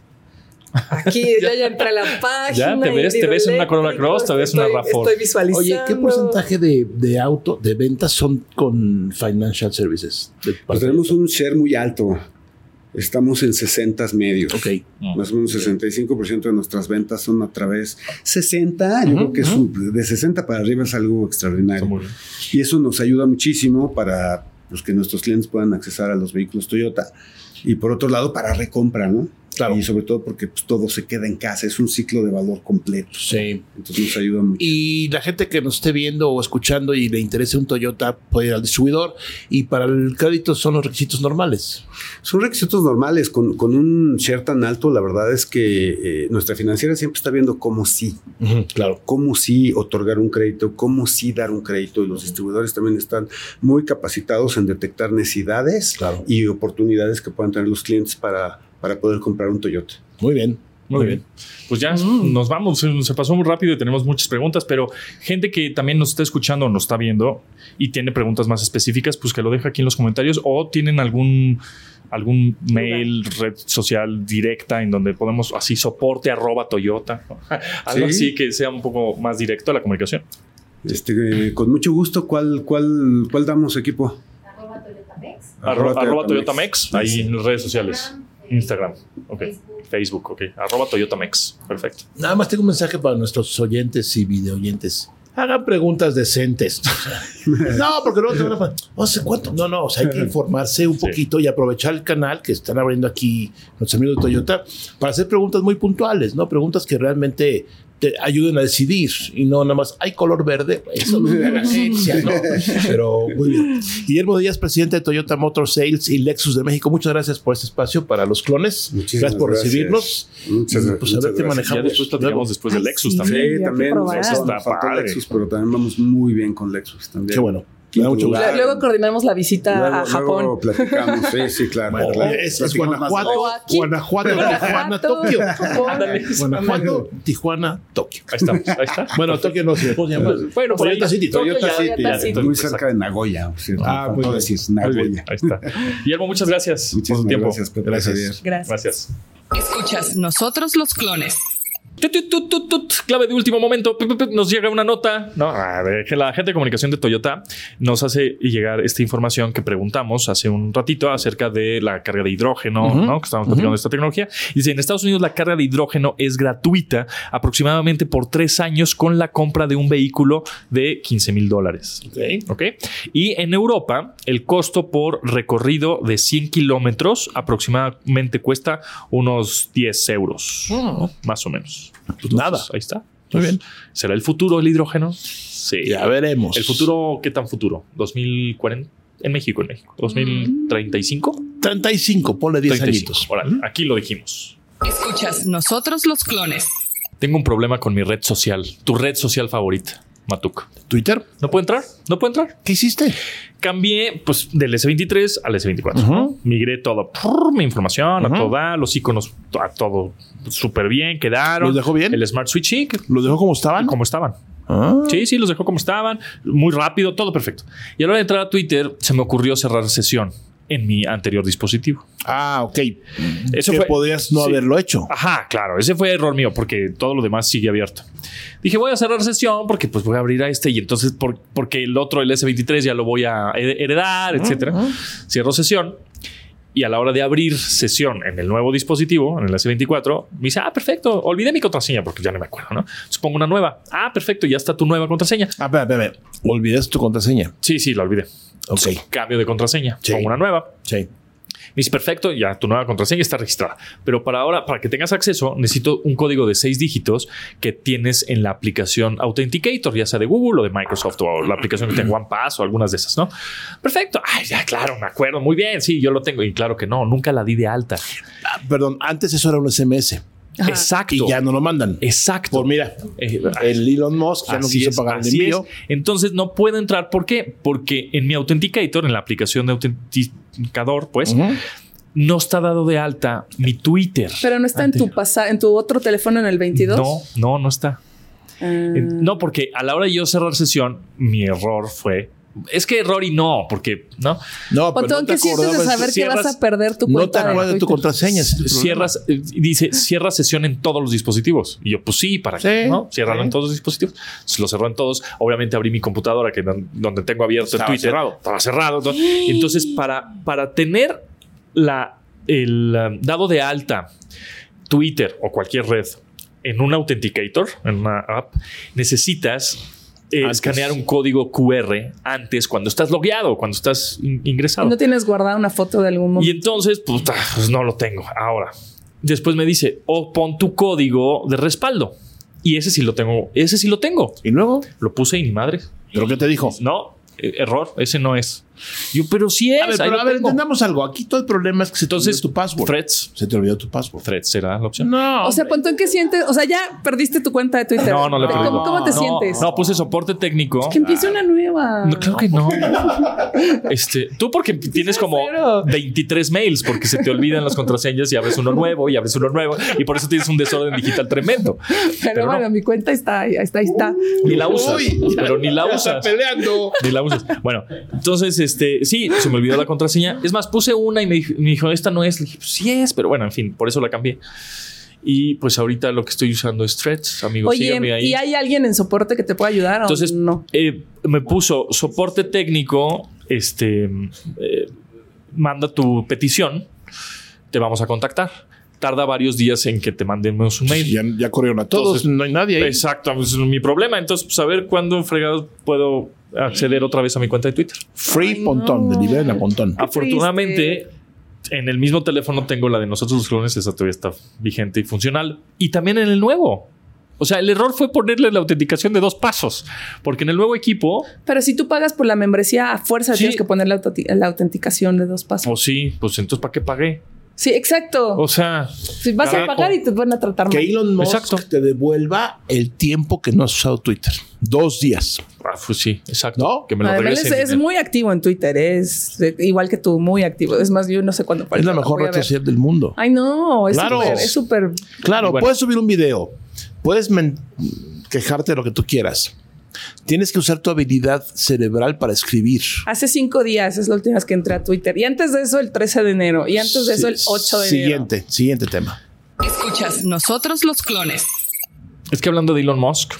[laughs]
Aquí, yo ya entré a la página.
Ya te
y
ves, te
digo,
ves en una
"Eléctrico,
Corolla Cross, te ves en una
estoy-
RAV4.
Estoy visualizando.
Oye, ¿qué porcentaje de, de auto, de ventas son con financial services? De
Pues
parte-
tenemos un share muy alto. Estamos en 60 medios.
Ok.
Más o menos 65% de nuestras ventas son a través 60, yo creo que es un- de 60 para arriba es algo extraordinario. Y eso nos ayuda muchísimo para pues, que nuestros clientes puedan accesar a los vehículos Toyota. Y por otro lado, para recompra, ¿no? Claro. Y sobre todo porque pues, todo se queda en casa, es un ciclo de valor completo.
Sí.
Entonces nos ayuda mucho.
Y la gente que nos esté viendo o escuchando y le interese un Toyota puede ir al distribuidor. Y para el crédito son los requisitos normales.
Son requisitos normales. Con, con un share tan alto, la verdad es que eh, nuestra financiera siempre está viendo cómo sí.
claro.
Cómo sí otorgar un crédito, cómo sí dar un crédito. Y los distribuidores también están muy capacitados en detectar necesidades y oportunidades que puedan tener los clientes para, para poder comprar un Toyota.
Muy bien.
Muy bien. Pues ya nos vamos, se se pasó muy rápido y tenemos muchas preguntas, pero gente que también nos está escuchando o nos está viendo y tiene preguntas más específicas, pues que lo deje aquí en los comentarios o tienen algún algún mail, red social directa en donde podemos así soporte arroba Toyota, ¿no? [laughs] algo
Sí.
así que sea un poco más directo a la comunicación.
Este, eh, con mucho gusto, ¿cuál, cuál, cuál damos equipo?
Arro- Arroba,
Toyota
Toyota Mex,
Mex.
ahí en las redes sociales. Instagram, ok. Facebook, ok. Arroba Toyota Mex, perfecto.
Nada más tengo un mensaje para nuestros oyentes y videoyentes. Hagan preguntas
[laughs]
decentes. no, porque luego te van a poner, no sé cuánto. No, no, o sea, hay
[laughs]
que informarse un poquito y aprovechar el canal que están abriendo aquí nuestros amigos de Toyota para hacer preguntas muy puntuales, ¿no? Preguntas que realmente te ayuden a decidir y no nada más hay color verde, eso no es de la agencia,
[laughs]
¿no? Pero muy bien. Guillermo Díaz, presidente de Toyota Motor Sales y Lexus de México, muchas gracias por este espacio para los clones. gracias por
gracias.
recibirnos.
Muchas
Y,
gra-
pues a
muchas
ver qué
gracias.
manejamos.
Ya después platicamos
después de Lexus
Sí,
también.
también nos
probar.
faltó- nos
Está
faltó
padre.
Lexus, pero también vamos muy bien con Lexus también.
Qué bueno.
Me da
mucho
Luego- Luego coordinamos la visita
Luego-
a Japón.
Luego platicamos, sí, sí, claro.
Bueno,
claro.
es, es
Platicamos más
Guanajuato,
O aquí.
Guanajuato, Tijuana,
Guanajuato,
Tokio.
Japón.
Ándale. Guanajuato, Tijuana, Tokio.
Ahí estamos, ahí está.
Bueno, Tokio no sé cómo se llama.
Bueno, por ahí-
Toyota City.
Toyota,
Toyota
City,
City,
City,
ya,
muy
exacto.
cerca de Nagoya. por cierto.
Ah, muy
Me faltó
bien.
decir
Muy
Nagoya.
bien, ahí está. Guillermo, muchas gracias por
Muchísimas
su tiempo.
gracias, Pepe. Gracias.
Gracias. gracias.
Escuchas Nosotros los clones.
Tut, tut, tut, tut, tut. clave de último momento. Pip, pip, pip. Nos llega una nota. No, a ver, que la gente de comunicación de Toyota nos hace llegar esta información que preguntamos hace un ratito acerca de la carga de hidrógeno,
Ujú.
¿no? Que estamos platicando
Ujú.
de esta tecnología. Dice, en Estados Unidos la carga de hidrógeno es gratuita aproximadamente por tres años con la compra de un vehículo de 15 mil dólares.
pues
¿Ok? Y en Europa, el costo por recorrido de 100 kilómetros aproximadamente cuesta unos 10 euros, ¿no? más o menos. Pues nada. Ahí está.
Ah. Muy bien.
¿Será el futuro el hidrógeno? Sí.
Ya veremos.
¿El futuro qué tan futuro? ¿2040? En México, en México. ¿2035?
35, ponle 10
35.
Mm. añitos.
Órale, aquí lo dijimos.
Escuchas Nosotros los clones.
Tengo un problema con mi red social, tu red social favorita, Matuk.
¿Twitter?
¿No puedo entrar? ¿No puedo entrar?
¿Qué hiciste?
Cambié pues del S23 al S24.
Ujú.
Migré todo, prr, mi información
Ujú.
a toda, los iconos a todo súper bien, quedaron.
¿Los dejó bien?
El Smart Switch, sí, que-
¿Los dejó como estaban?
como estaban.
Ah.
Sí, sí, los dejó como estaban, muy rápido, todo perfecto. Y a la hora de entrar a Twitter, se me ocurrió cerrar sesión en mi anterior dispositivo.
Ah, ok.
Eso
que
fue-
podías no
sí.
haberlo hecho.
Ajá, claro, ese fue error mío porque todo lo demás sigue abierto. Dije, voy a cerrar sesión porque pues voy a abrir a este y entonces por- porque el otro, el S23, ya lo voy a he- heredar, etcétera. Cierro sesión y a la hora de abrir sesión en el nuevo dispositivo, en el S24, me dice, ah, perfecto, olvidé mi contraseña porque ya no me acuerdo, ¿no? Entonces pongo una nueva. Ah, perfecto, ya está tu nueva contraseña.
Ah, espera, espera, espera. Olvidaste tu contraseña.
Sí, sí, la olvidé.
Ok.
Cambio de contraseña,
Sí.
pongo una nueva.
Sí.
Me dice, perfecto, ya tu nueva contraseña está registrada. Pero para ahora, para que tengas acceso, necesito un código de seis dígitos que tienes en la aplicación Authenticator, ya sea de Google o de Microsoft o la aplicación que tenga OnePass o algunas de esas, ¿no? Perfecto. Ay, ya, claro, me acuerdo. Muy bien. Sí, yo lo tengo. Y claro que no, nunca la di de alta.
Ah, perdón, antes eso era un SMS.
Exacto.
Y ya no lo mandan.
Exacto.
Por mira,
Eh,
el Elon Musk ya no
Así
quiso
es,
pagar el
así
envío.
es. Entonces no puedo entrar. ¿Por qué? Porque en mi Authenticator, en la aplicación de autentificador, pues
Ujú.
no está dado de alta mi Twitter.
Pero no está en tu pasa en tu otro teléfono en el Ah. 22.
No, no, no está.
Mm.
Eh, No, porque a la hora de yo cerrar sesión, mi error fue. Es que error y no, porque no.
No, pero Otón, no te ¿qué sientes de acordabas? saber que Cierras- vas a perder tu no cuenta te de acuerdas de tu Twitter? contraseña, ese es el problema.
Cierras, eh, dice, cierra sesión en todos los dispositivos. Y yo, pues sí, ¿para qué? ¿no? Ciérralo en todos los dispositivos. Se lo cerró en todos. Obviamente abrí mi computadora, que don- donde tengo abierto
Estaba
el Twitter.
cerrado.
Estaba cerrado. ¿no? Entonces, para, para tener la, el um, dado de alta Twitter o cualquier red en un authenticator, en una app, necesitas eh, escanear un código QR antes cuando estás logueado, cuando estás in- ingresado.
No tienes guardada una foto de algún
Y
momento.
entonces, puta, pues no lo tengo. Ahora, después me dice, o pon tu código de respaldo. Y ese sí lo tengo, ese sí lo tengo.
Y luego
lo puse y ni madre.
¿Pero qué te dijo?
No, eh, error, ese no es. Yo, pero sí es.
A ver,
ahí
pero
lo
a ver,
tengo.
entendamos algo. Aquí todo el problema es que se
Entonces,
te olvidó tu password.
Threads.
Se te olvidó tu password.
Threads será la opción.
No.
o sea, Pontón, ¿qué sientes? O sea, ya perdiste tu cuenta de Twitter.
No, no le
¿Cómo-
perdí.
¿Cómo te
No,
sientes?
No, puse soporte técnico.
Que empiece una nueva.
No, claro que no. Este, tú porque tienes como 23 mails porque se te olvidan las contraseñas y abres uno nuevo y abres uno nuevo y por eso tienes un desorden digital tremendo.
Pero, bueno, mi cuenta está ahí, está, ahí está.
Ni la usas, pero ni la
ya
[laughs]
usas.
está peleando.
Ni la usas. Bueno, entonces, este, sí, se me olvidó la contraseña. Es más, puse una y me dijo, me dijo, esta no es. Le dije, pues, sí es, pero bueno, en fin, por eso la cambié. Y pues ahorita lo que estoy usando es Threads, amigos.
Oye,
síganme ahí.
¿y hay alguien en soporte que te pueda ayudar? o
Entonces,
no.
eh, me puso soporte técnico, este, eh, manda tu petición, te vamos a contactar. Tarda varios días en que te mandemos un mail.
Ya, ya corrieron a todos, no hay nadie ahí.
Exacto, pues, es mi problema. Entonces, saber cuándo fregados puedo acceder otra vez a mi cuenta de Twitter.
Free Pontón, de liberen a
Ah,
Pontón.
Afortunadamente, en el mismo teléfono tengo la de nosotros los clones, esa todavía está vigente y funcional. Y también en el nuevo. O sea, el error fue ponerle la autenticación de dos pasos, porque en el nuevo equipo
Pero si tú pagas por la membresía, a fuerza tienes que poner la, autenti- la autenticación de dos pasos.
Pues sí, pues entonces ¿para qué pagué?
Sí, exacto.
O sea, ah,
si vas
carajo.
a pagar y te van a tratar
Que
mal.
Elon Musk te devuelva el tiempo que no has usado Twitter. Dos días.
pues sí, exacto. Que
Además, es, es muy activo en Twitter, es eh, igual que tú, muy activo. Es más, yo no sé cuándo
Es la mejor
voy a
red
ver.
social del mundo.
Ay, no, es
Claro.
súper, es súper.
Claro, pues.
Y bueno.
puedes subir un video, puedes men- quejarte de lo que tú quieras. Tienes que usar tu habilidad cerebral para escribir.
Hace cinco días es la última vez que entré a Twitter. Y antes de eso, el 13 de enero. Y antes de eso, el 8 de enero.
Siguiente, siguiente tema.
Escuchas Nosotros los clones.
Es que hablando de Elon Musk, ya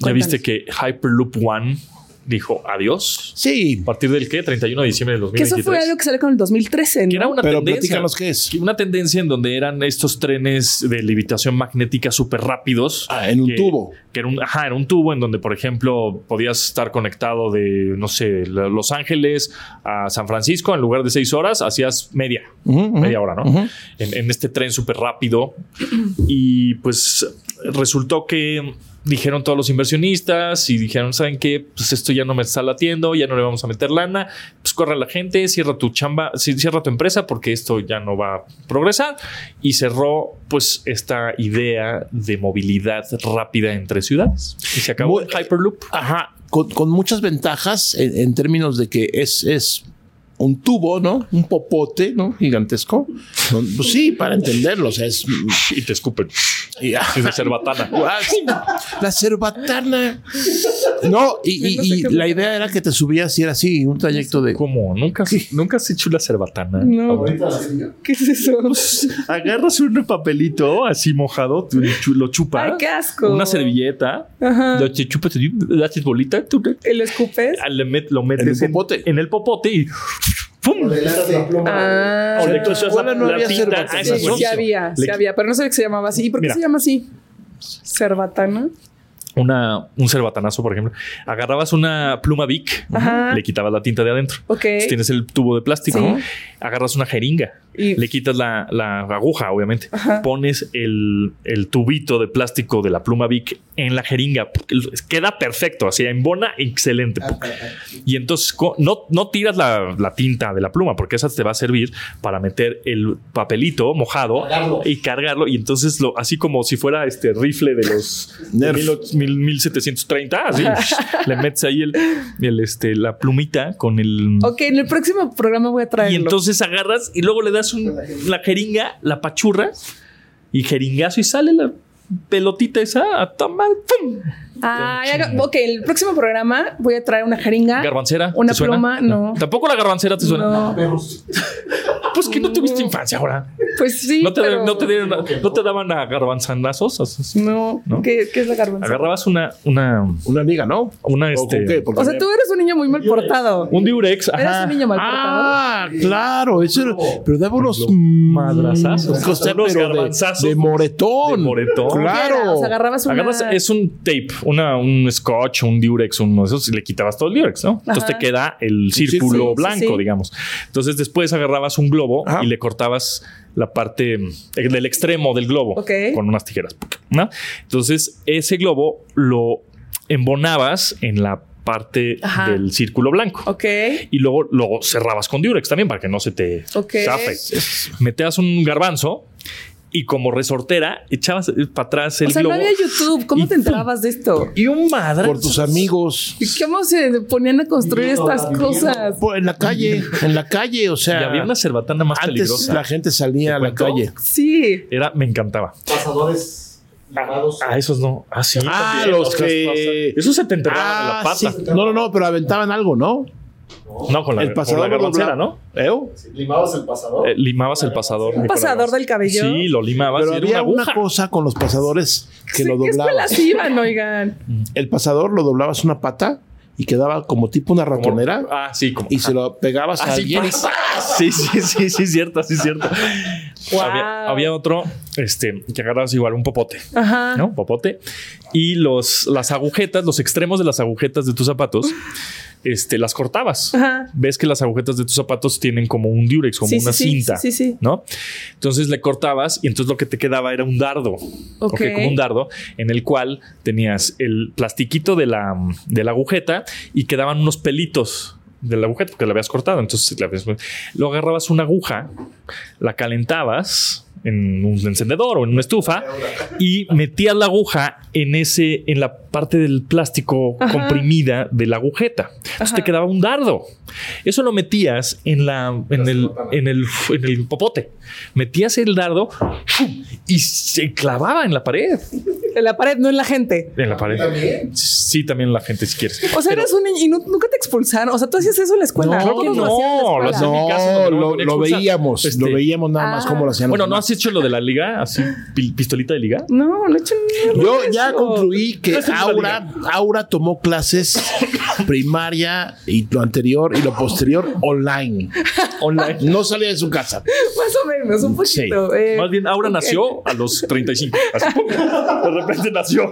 Cuéntanos.
viste que Hyperloop One dijo adiós.
Sí.
¿A partir del qué? 31 de diciembre de
Que eso
2023.
fue algo que salió con el 2013. ¿no?
Era una tendencia.
qué es.
Una tendencia en donde eran estos trenes de levitación magnética súper rápidos.
Ah,
en un tubo. Que era un, ajá, era un tubo en donde, por ejemplo, podías estar conectado de, no sé, la- Los Ángeles a San Francisco. En lugar de seis horas, hacías media. Media hora, ¿no? en, en este tren súper rápido. Y pues resultó que dijeron todos los inversionistas y dijeron, ¿saben qué? Pues esto ya no me está latiendo, ya no le vamos a meter lana. Pues corre la gente, cierra tu chamba, ci- cierra tu empresa porque esto ya no va a progresar. Y cerró pues esta idea de movilidad rápida entre ciudades. Y se acabó el Hyperloop.
Ajá. Con, con muchas ventajas en, en términos de que es, es un tubo, ¿no? Un popote, ¿no? Gigantesco. No, Pues sí, para entenderlo. o sea, es...
[laughs] Y te escupen.
Y
Es de [laughs] cerbatana.
La cerbatana. No, y, y- y la idea era que te subías y era así, un trayecto de.
¿Cómo? Nunca, nunca has hecho la cerbatana.
No.
¿Qué es [laughs] eso? Agarras un papelito así mojado, tú lo chu- lo chupas.
[laughs] Ay, qué asco.
Una servilleta.
Ajá.
Lo te chupas, y le haces bolita. Tú
¿Lo escupes?
le met- lo metes en el popote. En, el popote y... ¡Pum!
Ah,
O le echas la-
Bueno,
la tinta Ah, a esas
Sí, sí
once.
había, sí
Le-
había, pero no sabía que se llamaba así. ¿Y por qué
Mira.
se llama así? Cerbatana.
Una, un cerbatanazo, por ejemplo. Agarrabas una pluma Vic,
Ajá.
le quitabas la tinta de adentro.
Ok.
Entonces tienes el tubo de plástico.
Sí.
Agarras una jeringa. Le quitas la, la aguja, obviamente. Pones el, el tubito de plástico de la pluma Vic en la jeringa. Queda perfecto. Así embona, excelente.
Ah,
Y entonces co- no, no tiras la, la tinta de la pluma, porque esa te va a servir para meter el papelito mojado
Cargarlo.
y cargarlo. Y entonces lo, así como si fuera este rifle de los de
Nerf.
mil och- mil mil, 1730, así le metes ahí el, el, este, la plumita con el...
Ok, en el próximo programa voy a traerlo.
Y entonces agarras y luego le das un- la jeringa, la pachurra y jeringazo y sale la pelotita esa a tomar. ¡pum!
Ay, haga- ok, el próximo programa voy a traer una jeringa.
Garbancera.
Ah, Una
¿te suena?
pluma, no.
Tampoco la garbancera te suena.
No.
Pues que no tuviste infancia ahora.
Pues sí.
no, te,
pero-
no, te dieron- no te daban a garbanzanazos. así.
No, ¿Qué, qué es la garbanza?
Agarrabas una, una.
Una liga, ¿no?
Una este.
O sea, tú eres un niño muy mal portado.
Un diurex, ajá.
Eres un niño mal portado.
Ah, claro, eso era- pero daba unos
madrazazos.
O sea,
Unos
pero de-
garbanzazos.
de, moretón.
Ah, moretón.
Claro.
O sea, agarrabas una-
Agarras- es un tape, una, un scotch, un diurex, uno de esos, y le quitabas todo el diurex, ¿no? Entonces
Ajá.
te queda
círculo.
el
Sí,
círculo
sí,
blanco,
sí.
digamos. Entonces después agarrabas un globo y le cortabas la parte mm, del extremo del globo
Ok.
con unas tijeras, ¿no? Entonces ese globo lo embonabas en la parte
Ajá.
del círculo blanco.
Ok.
Y luego lo cerrabas con diurex también para que no se te
Ok.
zafe. Meteas un garbanzo y como resortera echabas eh, para atrás el
o sea,
globo.
no había YouTube. ¿Cómo te enterabas de esto?
Y un madre.
Por tus amigos.
¿Y ¿Cómo se ponían a construir estas cosas?
Por- en la calle, en la calle, o sea.
Y había una cerbatana más
antes
peligrosa.
La gente salía a la calle.
Sí.
Era, me encantaba.
Pasadores.
A esos no. Ah, sí.
Ah,
también,
los
otras
que.
cosas. Esos se te enterraban en la
Ah,
pata.
sí. No, no, no, pero aventaban algo, ¿no?
No, con la,
El
con
pasador
la garbancera, ¿no?
doblado. ¿Eh?
Limabas el pasador.
Eh, limabas el pasador.
Un pasador del cabello.
Sí, lo limabas.
Pero
y era
había una,
una aguja.
cosa con los pasadores que lo
¿Qué escuelas
doblabas.
iban, oigan?
El pasador lo doblabas una pata y quedaba como tipo una ratonera.
Ah, sí, como.
Y se lo pegabas a
Ah, sí,
alguien. y-
pa- Sí, sí, sí, sí, cierto, sí, cierto. Había, había otro este, que agarrabas igual un popote.
Ajá.
¿no? Popote. Y los, las agujetas, los extremos de las agujetas de tus zapatos, este, las cortabas.
Ajá.
Ves que las agujetas de tus zapatos tienen como un durex, como
Sí, sí,
una
sí,
cinta.
sí, sí, sí.
¿No? Entonces le cortabas y entonces lo que te quedaba era un dardo.
Ok.
Ok, como un dardo, en el cual tenías el plastiquito de la, de la agujeta y quedaban unos pelitos de la agujeta porque la habías cortado. Entonces la habías- lo agarrabas una aguja, la calentabas en un encendedor o en una estufa y metías la aguja en ese en la parte del plástico
Ajá.
comprimida de la agujeta. Entonces te quedaba un dardo. Eso lo metías en la en el, en el en el popote. Metías el dardo ¡fum! y se clavaba en la pared.
En la pared, no en la gente.
En la pared.
¿También?
Sí, también la gente si quieres.
O sea, eras un niño y nu- nunca te expulsaron. O sea, tú hacías eso en la escuela.
Claro que
Todos lo
no,
hacían en la
lo
escuela.
hacía en mi casa, donde no me
lo, lo
podía expulsar.
veíamos,
Este-
lo veíamos nada más como lo hacían. los
Bueno, ¿no has hecho lo de la liga? Así, pil- pistolita de liga.
No, no he hecho nada.
Yo
de
ya
eso.
concluí que
Eso es
Aura, Aura tomó
[coughs]
clases primaria y lo anterior y lo posterior online.
Online.
No salía de su casa.
Más o menos, un poquito. eh,
Más bien, Aura
ok.
nació a los 35. Así, de repente nació.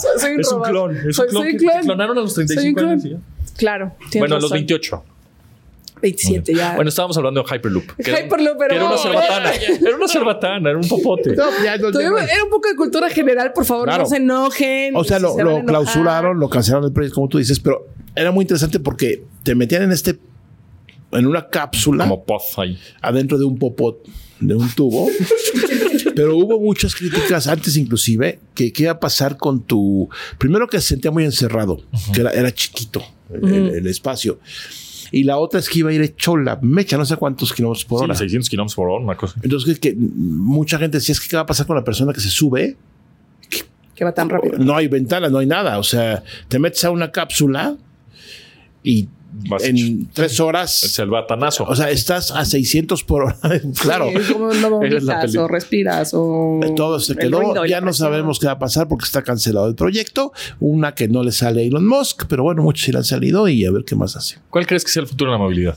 Soy- soy
es un
robot.
clon. Es
Soy-
un clon
soy
que te clonaron a los
Soy un
35 años.
clon.
¿sí?
Claro. tienes
Bueno, a los
razón.
28.
27 este, ya.
Bueno, estábamos hablando de Hyperloop. que era un-
Hyperloop, pero
que era una
no,
cerbatana. Era una cerbatana, era un popote.
Tuvimos- Era un poco de cultura general, por favor,
Claro.
no se enojen.
O sea,
si
lo,
se
lo
van a enojar.
clausuraron, lo cancelaron el proyecto, como tú dices, pero era muy interesante porque te metían en este, en una cápsula. Como
puff ahí.
Adentro de un popot, de un
[laughs]
tubo. pero hubo muchas críticas antes, inclusive, que qué iba a pasar con tu. Primero que se sentía muy encerrado, que era, era chiquito el, el-
Ujú.
el espacio. Y la otra es que iba a ir hecho la mecha, no sé cuántos kilómetros por
Sí,
hora.
600 kilómetros por hora, una cosa.
Entonces, que, que mucha gente decía, es que qué va a pasar con la persona que se sube
Que va tan rápido.
no hay ventana, no hay nada. O sea, te metes a una cápsula y en tres horas.
Es el batanazo.
O sea, estás a 600 por hora. claro.
Sí, es
[laughs]
como no
Esa es la
vomitas
peli-
o respiras o.
Todo se
el
quedó.
ruido y la
Ya no
presión.
sabemos qué va a pasar porque está cancelado el proyecto. Una que no le sale a Elon Musk, pero bueno, muchos sí le han salido y a ver qué más hace.
¿Cuál crees que sea el futuro de la movilidad?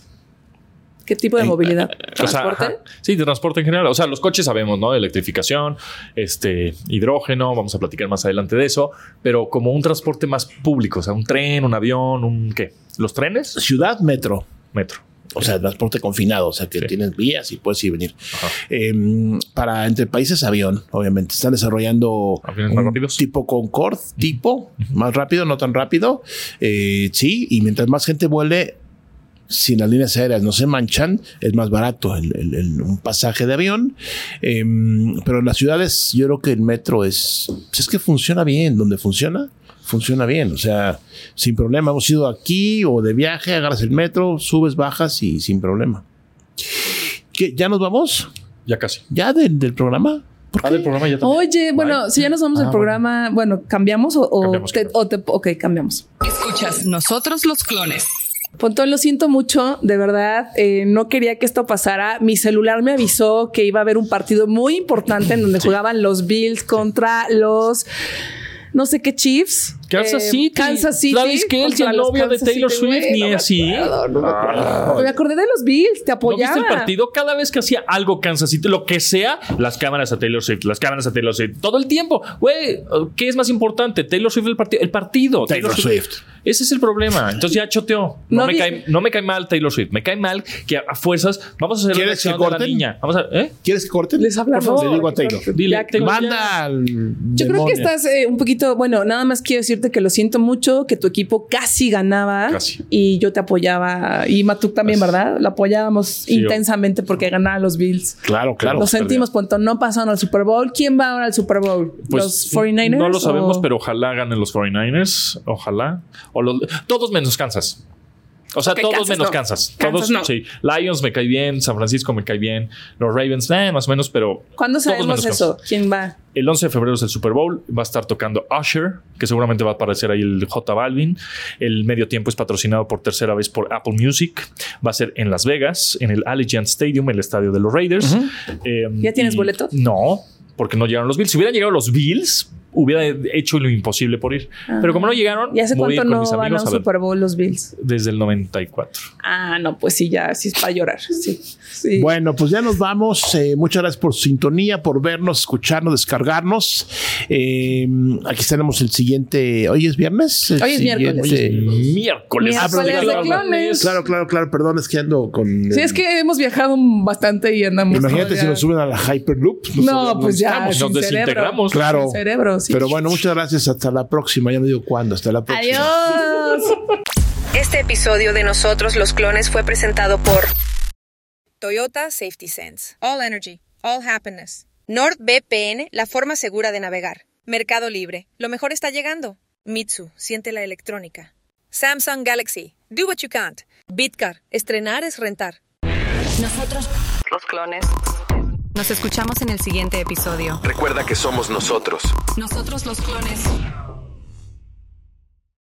¿Qué tipo de movilidad?
O sea,
¿Transporte?
ajá. sí, de transporte en general. O sea, los coches sabemos, ¿no? Electrificación, este, hidrógeno, vamos a platicar más adelante de eso, pero como un transporte más público, o sea, un tren, un avión, un qué? ¿Los trenes?
Ciudad, metro.
Metro.
O sea, transporte confinado, o sea, que tienes vías y puedes ir y venir. Eh, para entre países, avión, obviamente. Están desarrollando un tipo Concorde, tipo, más rápido, no tan rápido. Eh, sí, y mientras más gente vuele, si las líneas aéreas no se manchan, es más barato el, el- el- un pasaje de avión. Eh, pero en las ciudades, yo creo que el metro es, pues es que funciona bien, donde funciona. funciona bien. O sea, sin problema. Hemos ido aquí o de viaje, agarras el metro, subes, bajas y sin problema. ¿Qué, ¿Ya nos vamos?
Ya casi.
¿Ya del, del programa?
Ah, del programa ya también.
Oye, bueno, si ya nos vamos
Ah,
del programa, bueno, ¿cambiamos o, o
Cambiamos,
te, o te- Ok, cambiamos.
Escuchas Nosotros los clones.
Pontón, lo siento mucho, de verdad, eh, no quería que esto pasara. Mi celular me avisó que iba a haber un partido muy importante en donde jugaban los Bills contra los no sé qué Chiefs.
Kansas
Eh,
City.
Kansas City.
Travis Kelce,
contra
el
los
novio de
Kansas
Taylor
City.
Swift,
Güey,
ni
no me
así.
acuerdo, no me acuerdo.
Ah.
Me acordé de los Bills, te
¿No
apoyaba.
viste el partido? Cada vez que hacía algo Kansas City, lo que sea, las cámaras a Taylor Swift, las cámaras a Taylor Swift, todo el tiempo. Güey, ¿qué es más importante? Taylor Swift el partido, el partido.
Taylor
Ese es el problema. Entonces ya choteó. No,
No
me
vi-
cae, no me cae mal Taylor Swift, me cae mal que a, a fuerzas vamos a hacer
¿Quieres
la
que
de la
corten?
niña. Vamos a, ¿eh?
¿Quieres que corte?
Les hablamos.
Por favor, le digo a Taylor.
Dile,
Ya que-
Taylor,
Manda al.
Yo creo que estás eh, un poquito, bueno, nada más quiero decirte que lo siento mucho, que tu equipo casi ganaba
Casi.
y yo te apoyaba y Matuk también, ¿verdad? Lo apoyábamos
yo-
intensamente porque ganaban los Bills.
Claro, claro.
lo sentimos, punto. No pasaron al Super Bowl. ¿Quién va ahora al Super Bowl?
Pues,
¿Los 49ers?
No lo sabemos,
o-
pero ojalá ganen los 49ers. Ojalá. O los- todos menos Kansas. O sea,
Ok,
todos
Kansas
menos
no.
Kansas.
Kansas
Todos,
no.
sí. Lions me cae bien, San Francisco me cae bien, los Ravens, eh, más o menos, pero.
¿Cuándo
todos
sabemos
menos
eso?
Kansas.
¿Quién va?
El 11 de febrero es el Super Bowl. Va a estar tocando Usher, que seguramente va a aparecer ahí el J Balvin. El medio tiempo es patrocinado por tercera vez por Apple Music. Va a ser en Las Vegas, en el Allegiant Stadium, el estadio de los Raiders. Eh,
¿Ya tienes
y-
boleto?
No, porque no llegaron los Bills. Si hubieran llegado los Bills, hubiera hecho lo imposible por ir. Pero como no llegaron,
Ah. ¿Y hace
voy a ir
cuánto
con
no
mis
van a
amigos
un
a ver.
Super Bowl los Bills?
Desde el 94.
Ah, no, pues sí, ya, sí es para llorar. Sí, sí.
Bueno, pues ya nos vamos. Eh, muchas gracias por su sintonía, por vernos, escucharnos, descargarnos. Eh, aquí tenemos el siguiente. Hoy es viernes. El
Hoy es
siguiente-
miércoles.
Miércoles.
Ah, perdón,
Miércoles de
claro, claro.
clones.
Claro, claro, claro. Perdón, es que ando con.
Sí, es que hemos viajado bastante y andamos.
Imagínate si
todavía-
nos suben a la Hyperloop.
No, pues ya.
estamos.
sin
nos
cerebro.
desintegramos.
Claro.
Sin cerebro, sí.
Pero bueno, muchas gracias. Hasta la próxima. Ya no digo cuándo. Hasta la próxima.
Adiós.
Este episodio de Nosotros los Clones fue presentado por Toyota Safety Sense, All Energy, All Happiness, NordVPN, la forma segura de navegar, Mercado Libre, lo mejor está llegando, Mitsu, siente la electrónica, Samsung Galaxy, do what you can't, Bitcar, estrenar es rentar.
Nosotros los clones.
Nos escuchamos en el siguiente episodio.
Recuerda que somos nosotros.
Nosotros los clones.